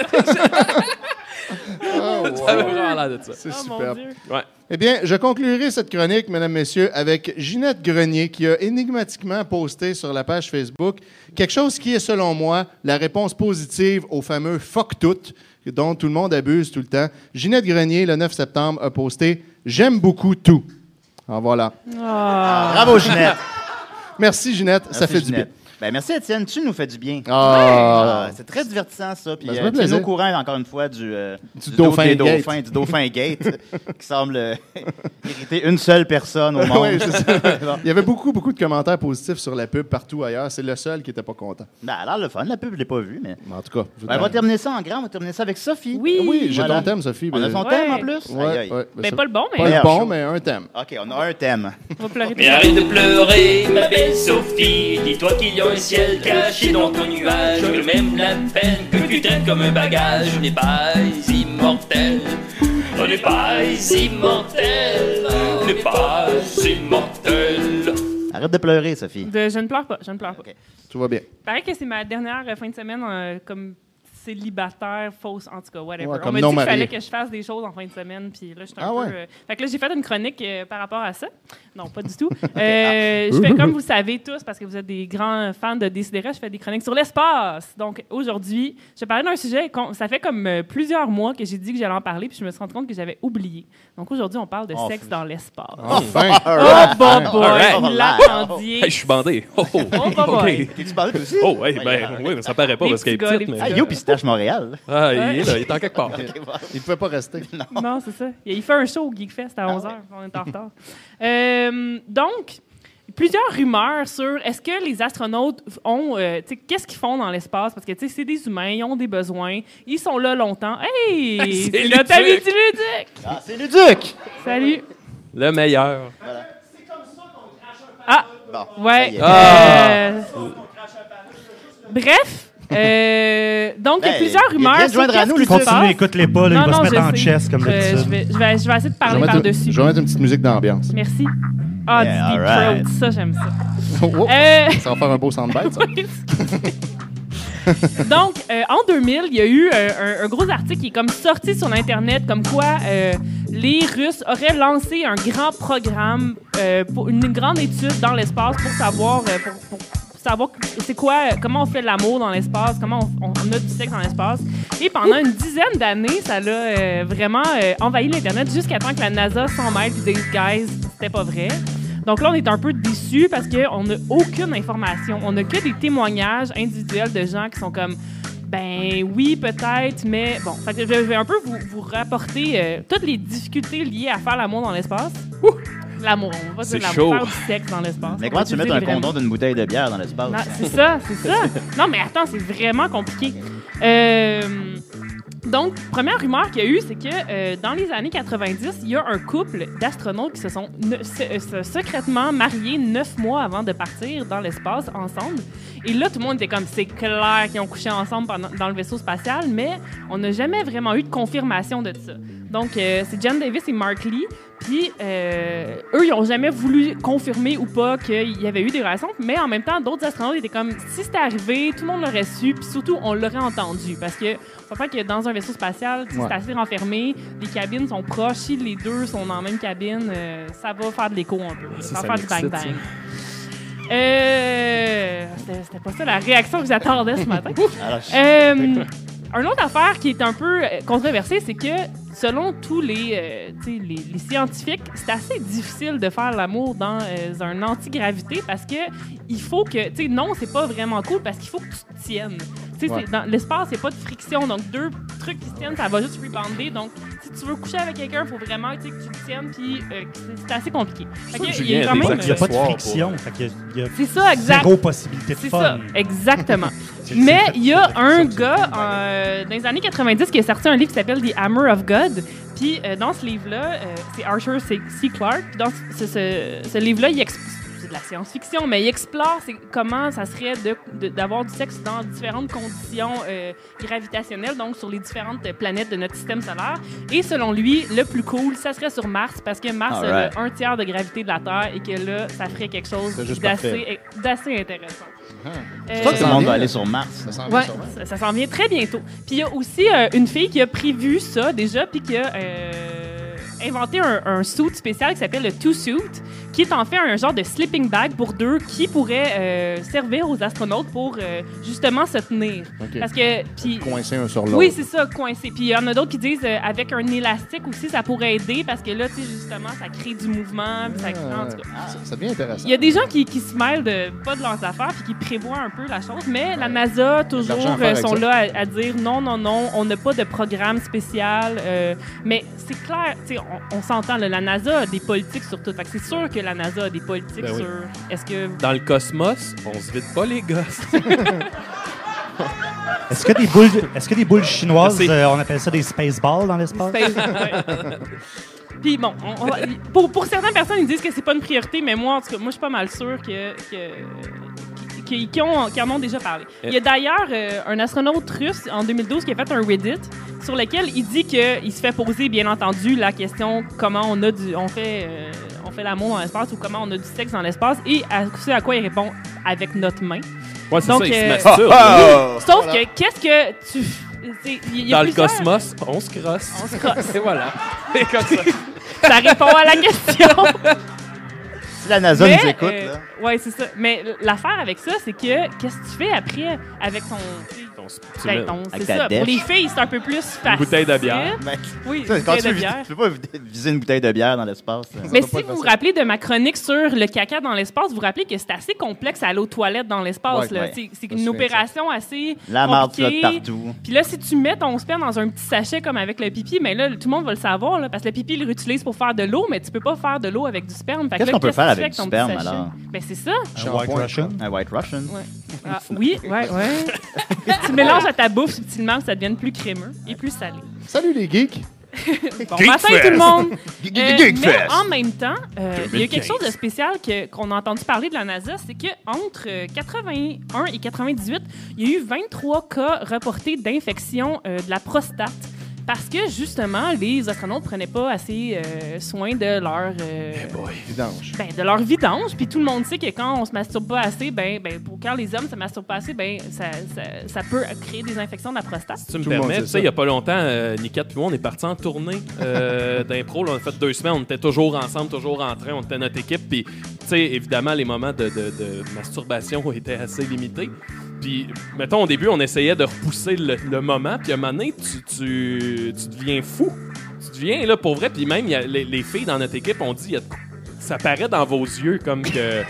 Ça avait vraiment l'air de ça. C'est superbe. Ouais. Eh bien, je conclurai cette chronique, mesdames, messieurs, avec Ginette Grenier qui a énigmatiquement posté sur la page Facebook quelque chose qui est, selon moi, la réponse positive au fameux fuck tout dont tout le monde abuse tout le temps. Ginette Grenier, le 9 septembre, a posté J'aime beaucoup tout. En voilà. Ah. Bravo, Ginette. Merci, Ginette. ça Merci, fait du Ginette. bien. Ben, merci, Étienne. Tu nous fais du bien. Ah. Ouais. C'est très divertissant, ça. Puis, Ben, ça euh, fait tiens-nous plaisir. au courant, encore une fois, du, euh, Du dos Dauphin des Gate. dauphins, du Dauphin Gate, [laughs] qui semble euh, irriter une seule personne au [laughs] monde. Ouais, c'est ça. [laughs] Bon. Il y avait beaucoup, beaucoup de commentaires positifs sur la pub partout ailleurs. C'est le seul qui n'était pas content. Ben, alors, le fun, la pub, je l'ai pas vue, mais. En tout cas, je- Ben, on va terminer ça en grand, on va terminer ça avec Sophie. Ah oui, j'ai ton thème, Sophie. On a Ben- son thème en plus? Ouais, Aïe, aïe. ouais. Ben, Mais ça- pas le bon, mais. Pas le bon, mais un thème. OK, on a [laughs] un thème. On va pleurer. Mais arrête de pleurer, ma belle Sophie. Dis-toi qu'il y a un ciel caché dans ton nuage. Que même la peine que tu traînes comme un bagage n'est pas immortelle. On n'est pas immortel. On n'est pas immortel. Arrête de pleurer, Sophie. De je ne pleure pas, je ne pleure pas. Tout va bien. Paraît que c'est ma dernière euh, fin de semaine euh, comme c'est célibataire, fausse, en tout cas, whatever. Ouais, On comme m'a dit non qu'il fallait marié. que je fasse des choses en fin de semaine, puis là, j'étais un Ah peu... ouais. euh, Fait que là, j'ai fait une chronique euh, par rapport à ça. Non, pas [laughs] du tout. Ok, Euh, ah. Je fais comme vous le savez tous, parce que vous êtes des grands fans de Décideret, je fais des chroniques sur l'espace. Donc, aujourd'hui, je parlais d'un sujet, qu'on- ça fait comme euh, plusieurs mois que j'ai dit que j'allais en parler, puis je me suis rendu compte que j'avais oublié. Donc, aujourd'hui, on parle de Oh, Enfin. sexe dans l'espace. Ah, ben. Enfin. Oh, bon Enfin. boy, Alright. vous l'attendiez. Hey, je suis bandé. Oh, oh. Oh, bah, OK. ouais. T'es-tu bandé toi aussi? Oh, hey, ben, oui, mais ça paraît pas Les parce qu'elle est petits gars, petite. les Mais... petits Ah, yo, gars. puis c'est Tache Montréal. Ah, il est là, Ouais. il est en [laughs] quelque part. Il pouvait pas rester. Non, c'est ça. Il il fait un show au Geekfest à 11h. On est en retard. [laughs] Euh, donc, plusieurs rumeurs sur est-ce que les astronautes ont. euh, tu sais, qu'est-ce qu'ils font dans l'espace? Parce que, tu sais, c'est des humains, ils ont des besoins, ils sont là longtemps. Hey! [laughs] C'est c'est notre Luduc! ami du Luduc! Ah, c'est Luduc! Salut! Le meilleur. Ah! Bon, ça ouais. y est. euh, Ah. Bref. euh, donc, il y a Ben, plusieurs il rumeurs. vient de sur joindre à qu'est-ce nous, qui se Luduc. Continue, passe. écoute-les pas, là, il Non, va se non, mettre je en sais. chess, comme Je- d'habitude. Je vais, je, vais, je vais essayer de Je vais parler mettre une- par-dessus. Je vais mettre une petite [laughs] musique d'ambiance. Merci. Ah, Yeah, du deep alright. throat, ça, j'aime ça. Oh, Euh, Ça va faire un beau [laughs] soundbite, ça. donc, euh, en 2000, il y a eu euh, un, un gros article qui est comme sorti sur l'Internet, comme quoi euh, les Russes auraient lancé un grand programme, euh, pour une grande étude dans l'espace pour savoir... euh, pour- pour savoir c'est quoi, euh, comment on fait de l'amour dans l'espace, comment on, on- on a du sexe dans l'espace. Et pendant une dizaine d'années, ça l'a euh, vraiment euh, envahi l'Internet jusqu'à temps que la NASA s'en mêle et dise, guys, c'était pas vrai. Donc là, on est un peu déçus parce qu'on n'a aucune information. On n'a que des témoignages individuels de gens qui sont comme, ben oui, peut-être, mais bon. Fait que je vais un peu vous, vous rapporter euh, toutes les difficultés liées à faire l'amour dans l'espace. Ouh! L'amour, on va C'est dire l'amour, faire chaud. du sexe dans l'espace. Mais On comment va tu utiliser mets un les vrais mots. condom d'une bouteille de bière dans l'espace? Non, c'est ça, c'est [laughs] ça. Non, mais attends, c'est vraiment compliqué. Euh, donc, première rumeur qu'il y a eu, c'est que euh, dans les années 90, il y a un couple d'astronautes qui se sont ne- se- euh, se- secrètement mariés neuf mois avant de partir dans l'espace ensemble. Et là, tout le monde était comme, c'est clair qu'ils ont couché ensemble pendant- dans le vaisseau spatial, mais on n'a jamais vraiment eu de confirmation de ça. Donc, euh, c'est John Davis et Mark Lee. Puis, euh, eux, ils n'ont jamais voulu confirmer ou pas qu'il y avait eu des relations, mais en même temps, d'autres astronautes étaient comme si c'était arrivé, tout le monde l'aurait su, puis surtout, on l'aurait entendu. Parce que, faut pas que dans un vaisseau spatial, tu sais, Ouais. c'est assez renfermé, les cabines sont proches, si les deux sont dans la même cabine, euh, ça va faire de l'écho un peu. Ça, ça va faire du m'excite, bang-bang. Euh, c'était c'était pas ça la réaction que j'attendais ce [laughs] matin. Alors, je- Euh, un autre affaire qui est un peu euh, controversée, c'est que selon tous les, euh, tu sais, les, les scientifiques, c'est assez difficile de faire l'amour dans euh, un antigravité parce que il faut que, tu sais, non, c'est pas vraiment cool parce qu'il faut que tu te tiennes. Tu sais, Ouais. c'est- dans l'espace, il n'y a pas de friction, donc deux trucs qui se tiennent, ça va juste rebounder. Donc, si tu veux coucher avec quelqu'un, il faut vraiment tu sais, que tu te tiennes, puis euh, que c'est- c'est assez compliqué. Fait que il y a quand même, Il n'y a pas de euh, friction. fait qu'il y a- il y a c'est ça, exact. Zéro possibilité de C'est fun. ça, exactement. Mais il y a un gars euh, dans les années 90 qui a sorti un livre qui s'appelle The Hammer of God. Puis euh, dans ce livre-là, euh, c'est Arthur C. C. Clarke. Puis Dans ce, ce- ce livre-là, il exp- c'est de la science-fiction, mais il explore c'est comment ça serait de- de- d'avoir du sexe dans différentes conditions euh, gravitationnelles, donc sur les différentes euh, planètes de notre système solaire. Et selon lui, le plus cool, ça serait sur Mars, parce que Mars Alright. a le un tiers de gravité de la Terre et que là, ça ferait quelque chose C'est juste d'assez d'assez intéressant. Je crois que tout le monde va aller sur Mars. Euh, Ouais, ça- ça s'en vient très bientôt. Puis il y a aussi euh, une fille qui a prévu ça déjà, puis qui a euh, inventé un, un suit spécial qui s'appelle le Two Suit, qui est en fait un genre de sleeping bag pour deux qui pourrait euh, servir aux astronautes pour euh, justement se tenir. Ok. Parce que puis Coincé un sur l'autre. oui, c'est ça, coincé. Puis il y en a d'autres qui disent euh, avec un élastique aussi, ça pourrait aider parce que là, tu sais, justement, ça crée du mouvement. puis ça crée- en tout cas. Ah, ça, ça devient intéressant. Il y a des gens qui, qui se mêlent de, pas de leurs affaires puis qui prévoient un peu la chose, mais la NASA, toujours, l'argent à faire euh, avec sont ça. là à, à dire non, non, non, on n'a pas de programme spécial. euh, mais c'est clair, tu sais, on, on s'entend, là, la NASA a des politiques sur tout. Fait que c'est sûr que la NASA a des politiques Ben oui. sur est-ce que. Dans le cosmos, on se vide pas [laughs] les gosses. Est-ce que, des boules, est-ce que des boules chinoises, Merci. euh, on appelle ça des spaceballs dans l'espace? Space- [laughs] ouais. Puis bon, on- on va- pour, pour certaines personnes, ils disent que c'est pas une priorité, mais moi, en tout cas, moi, je suis pas mal sûre que. que- qui, qui ont, qui en ont déjà parlé. Il y a d'ailleurs euh, un astronaute russe en 2012 qui a fait un Reddit sur lequel il dit qu'il se fait poser, bien entendu, la question comment on, a du, on fait, euh, on fait l'amour dans l'espace ou comment on a du sexe dans l'espace et à, ce à quoi il répond avec notre main. Ouais, c'est Donc, ça, il se euh, masturbe. Sauf Ah, Oh, Voilà. que qu'est-ce que tu c'est- il y a Dans le plusieurs- cosmos, on se crosse. On se crosse. Et voilà. Et comme ça. Ça répond à la question. Si la NASA Mais, nous écoute, euh, là. ouais, c'est ça. Mais l'affaire avec ça, c'est que qu'est-ce que tu fais après avec ton. Ton Ben, ton- c'est ça. Pour les filles, c'est un peu plus facile. bouteille de bière. Oui, Ça, une quand bouteille tu, de veux vis- bière. tu peux pas vis- viser une bouteille de bière dans l'espace. là. Mais si vous vous rappelez de ma chronique sur le caca dans l'espace, vous vous rappelez que c'est assez complexe à aller aux toilettes dans l'espace. Ouais, là. ouais. C'est- C'est Je me une souviens de ça. opération assez. La marde compliquée. flotte partout. Puis là, si tu mets ton sperme dans un petit sachet comme avec le pipi, mais là, tout le monde va le savoir, là, parce que le pipi, il l'utilise pour faire de l'eau, mais tu peux pas faire de l'eau avec du sperme. Fait que Qu'est-ce là, qu'on peut que faire tu fais avec du ton petit sperme, sachet? alors? Ben, c'est ça. Un White Russian. Ouais. Ah, oui, ouais, [laughs] ouais. tu mélanges à ta bouffe subtilement pour que ça devienne plus crémeux et plus salé. Salut les geeks! [laughs] Bon Geek matin Fest. tout le monde! Geek- Euh, Geek mais Fest. en même temps, euh, il y a quelque 2015. chose de spécial que- qu'on a entendu parler de la NASA, c'est qu'entre 81 et 98, il y a eu 23 cas reportés d'infection euh, de la prostate. Parce que justement, les astronautes prenaient pas assez euh, soin de leur euh, Vidange. ben, de leur vidange. Puis tout le monde sait que quand on se masturbe pas assez, ben, ben, pour quand les hommes se masturbent pas assez, ben, ça, ça- ça peut créer des infections de la prostate. Si tu me Tout le monde permets, sait tu ça. sais, il n'y a pas longtemps, euh, Nickette puis moi, on est partis en tournée [laughs] euh, d'impro. Là, On a fait deux semaines, on était toujours ensemble, toujours en train, on était notre équipe. Puis, tu sais, évidemment, les moments de, de- de masturbation [laughs] étaient assez limités. Puis, mettons, au début, on essayait de repousser le, le moment. Puis, à un moment donné, tu, tu, tu deviens fou. Tu deviens, là, pour vrai. Puis même, il y a les, les filles dans notre équipe ont dit, il y a de quoi- ça paraît dans vos yeux [laughs] comme que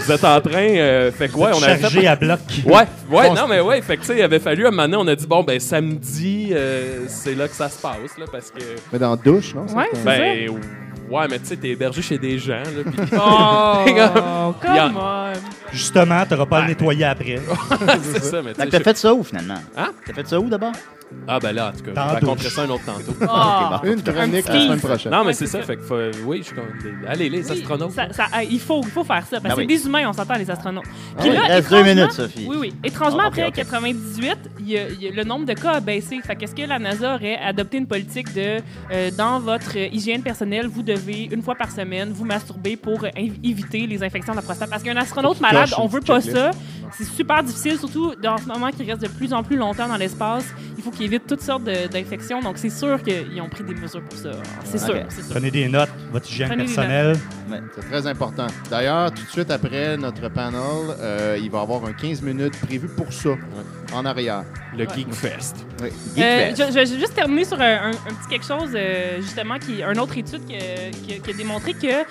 vous êtes en train... euh, fait quoi? êtes on avait chargé fait- à bloc. Ouais, ouais, On- non, mais ouais, fait que tu sais, il avait fallu, à un moment donné, on a dit, bon, ben samedi, euh, c'est là que ça se passe, là, parce que... Mais dans la douche, non? Ben, c'est- ouais, mais tu sais, t'es hébergé chez des gens, là, [laughs] pis... Oh, Puis, come y on! Justement, t'auras pas à le nettoyer après. a- [laughs] c'est ça, mais tu Fait sais, que t'as je- fait ça où, finalement? Hein? T'as fait ça où, d'abord? Ah, ben là, en tout cas, Dans la je raconterai douche. ça un autre tantôt. Ah. Ok, bon. Une chronique la semaine prochaine. Non, mais c'est ça, fait que, faut- oui, je suis comme... Allez, les astronautes. Ça- ça- ah, il, faut, il faut faire ça, parce Ben que oui. c'est des humains, on s'entend, les astronautes. Ah Puis oui, là, il reste deux étrangement- minutes, Sophie. Oui, oui. Étrangement, Ah, ok, après ok. 98, il y a- il y a- le nombre de cas a baissé. Fait qu'est-ce que la NASA aurait adopté une politique de, euh, dans votre euh, hygiène personnelle, vous devez, une fois par semaine, vous masturber pour euh, inv- éviter les infections de la prostate? Parce qu'un astronaute Faut qu'il malade, coche on une veut petite pas checklist. ça. C'est super difficile, surtout dans ce moment qui reste de plus en plus longtemps dans l'espace. Il faut qu'il évite toutes sortes de- d'infections. Donc, c'est sûr qu'ils ont pris des mesures pour ça. C'est sûr, Ok. c'est sûr. Prenez des notes, votre hygiène Prenez des personnelle. Ouais, C'est très important. D'ailleurs, tout de suite après notre panel, euh, il va y avoir un 15 minutes prévu pour ça, en arrière. Le Geek Fest. Oui. Euh, je, je vais juste terminer sur un, un- un petit quelque chose, euh, justement, qui un autre étude qui, euh, qui- qui a démontré que c-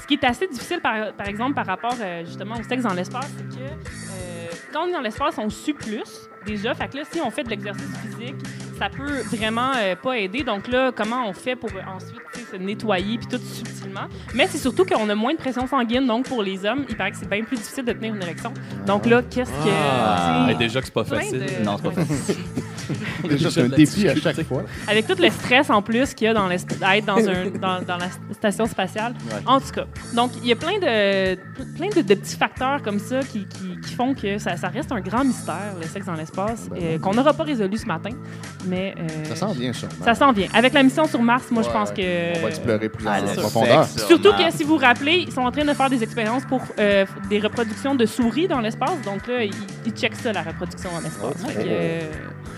ce qui est assez difficile, par, par exemple, par rapport euh, justement au sexe dans l'espace, c'est que euh, quand on est dans l'espace, on sue plus déjà. Fait que là, si on fait de l'exercice physique, ça peut vraiment euh, pas aider. Donc là, comment on fait pour euh, ensuite tu sais, se nettoyer puis tout subtilement? Mais c'est surtout qu'on a moins de pression sanguine. Donc pour les hommes, il paraît que c'est bien plus difficile de tenir une érection. Donc là, qu'est-ce que. Ah. tu sais, Et déjà que c'est pas plein facile. de- Non, c'est pas ouais. facile. Déjà, c'est un défi à chaque fois. Avec tout le stress en plus qu'il y a dans l'est- à être dans, un- dans- dans la station spatiale. Ouais. En tout cas, donc il y a plein de, plein de, de petits facteurs comme ça qui, qui- qui font que ça, ça reste un grand mystère, le sexe dans l'espace, Ben, euh, qu'on n'aura pas résolu ce matin. Mais euh, Ça sent bien, sûrement. Ça s'en vient. Avec la mission sur Mars, moi je Ouais, pense que. On va explorer plus Ah, en le sexe profondeur. sur Surtout Mars. que si vous vous rappelez, ils sont en train de faire des expériences pour euh, des reproductions de souris dans l'espace. Donc là, ils, ils checkent ça, la reproduction Ah, en espace. Oh. Fait [laughs] que, euh,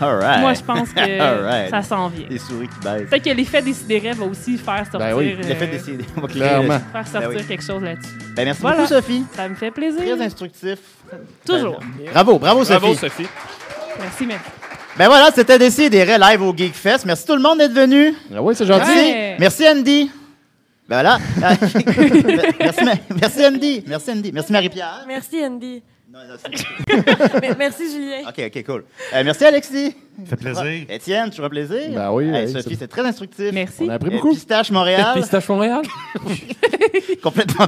All right. Moi, je pense que [laughs] All right. ça s'en vient. Les souris qui baissent. Peut-être que l'effet décidéré va aussi faire sortir, Ben oui, euh, l'effet décidéré va créer- faire Ben sortir oui. quelque chose là-dessus. Ben, merci beaucoup, Sophie. Ça me fait plaisir. Très instructif. Ben, Toujours. Bravo, bravo, Sophie. Bravo, Sophie. Merci, merci. Ben voilà, c'était Décidéré live au Geek Fest. Merci tout le monde d'être venu. Ah oui, c'est gentil. Ouais. Merci Andy. Ben voilà. [laughs] merci, Ma- merci Andy. Merci Andy. Merci Marie-Pierre. Merci, Andy. [laughs] Mais merci, Julien. OK, OK, cool. Euh, merci Alexis. Fait plaisir. Étienne, tu feras plaisir. Ben oui, Hey, hey, Sophie, c'est- c'est très instructif. Merci. On a appris Euh, beaucoup. Pistache Montréal. Pistache Montréal. Complètement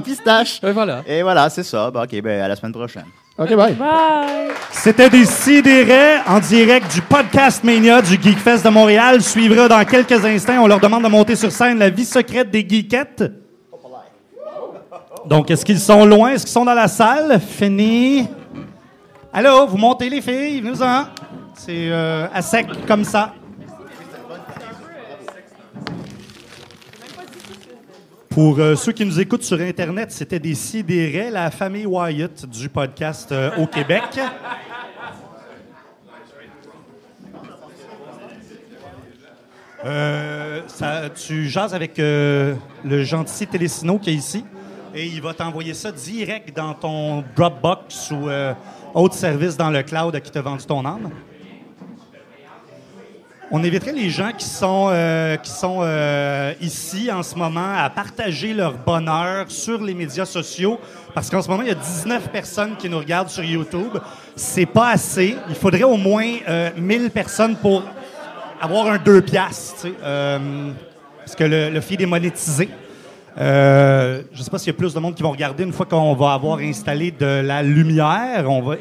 [laughs] pistache. Et voilà. Et voilà, c'est ça. Ben, OK, ben à la semaine prochaine. OK, bye. Bye. C'était des sidérés en direct du podcast Mania du Geekfest de Montréal. Suivra dans quelques instants. On leur demande de monter sur scène la vie secrète des geekettes. Donc, est-ce qu'ils sont loin? Est-ce qu'ils sont dans la salle? Fini. Allô, vous montez les filles? Venez-en. C'est euh, à sec comme ça. Pour euh, ceux qui nous écoutent sur Internet, c'était des sidérés, la famille Wyatt du euh, podcast euh, au Québec. Euh, ça, tu jases avec euh, le gentil Télésino qui est ici et il va t'envoyer ça direct dans ton Dropbox ou euh, autre service dans le cloud à qui t'a vendu ton âme. On éviterait les gens qui sont, euh, qui sont euh, ici en ce moment à partager leur bonheur sur les médias sociaux parce qu'en ce moment, il y a 19 personnes qui nous regardent sur YouTube. C'est pas assez. Il faudrait au moins euh, 1000 personnes pour avoir un 2 piastres, tu sais, euh, parce que le, le feed est monétisé. Euh, je sais pas s'il y a plus de monde qui vont regarder une fois qu'on va avoir installé de la lumière. On va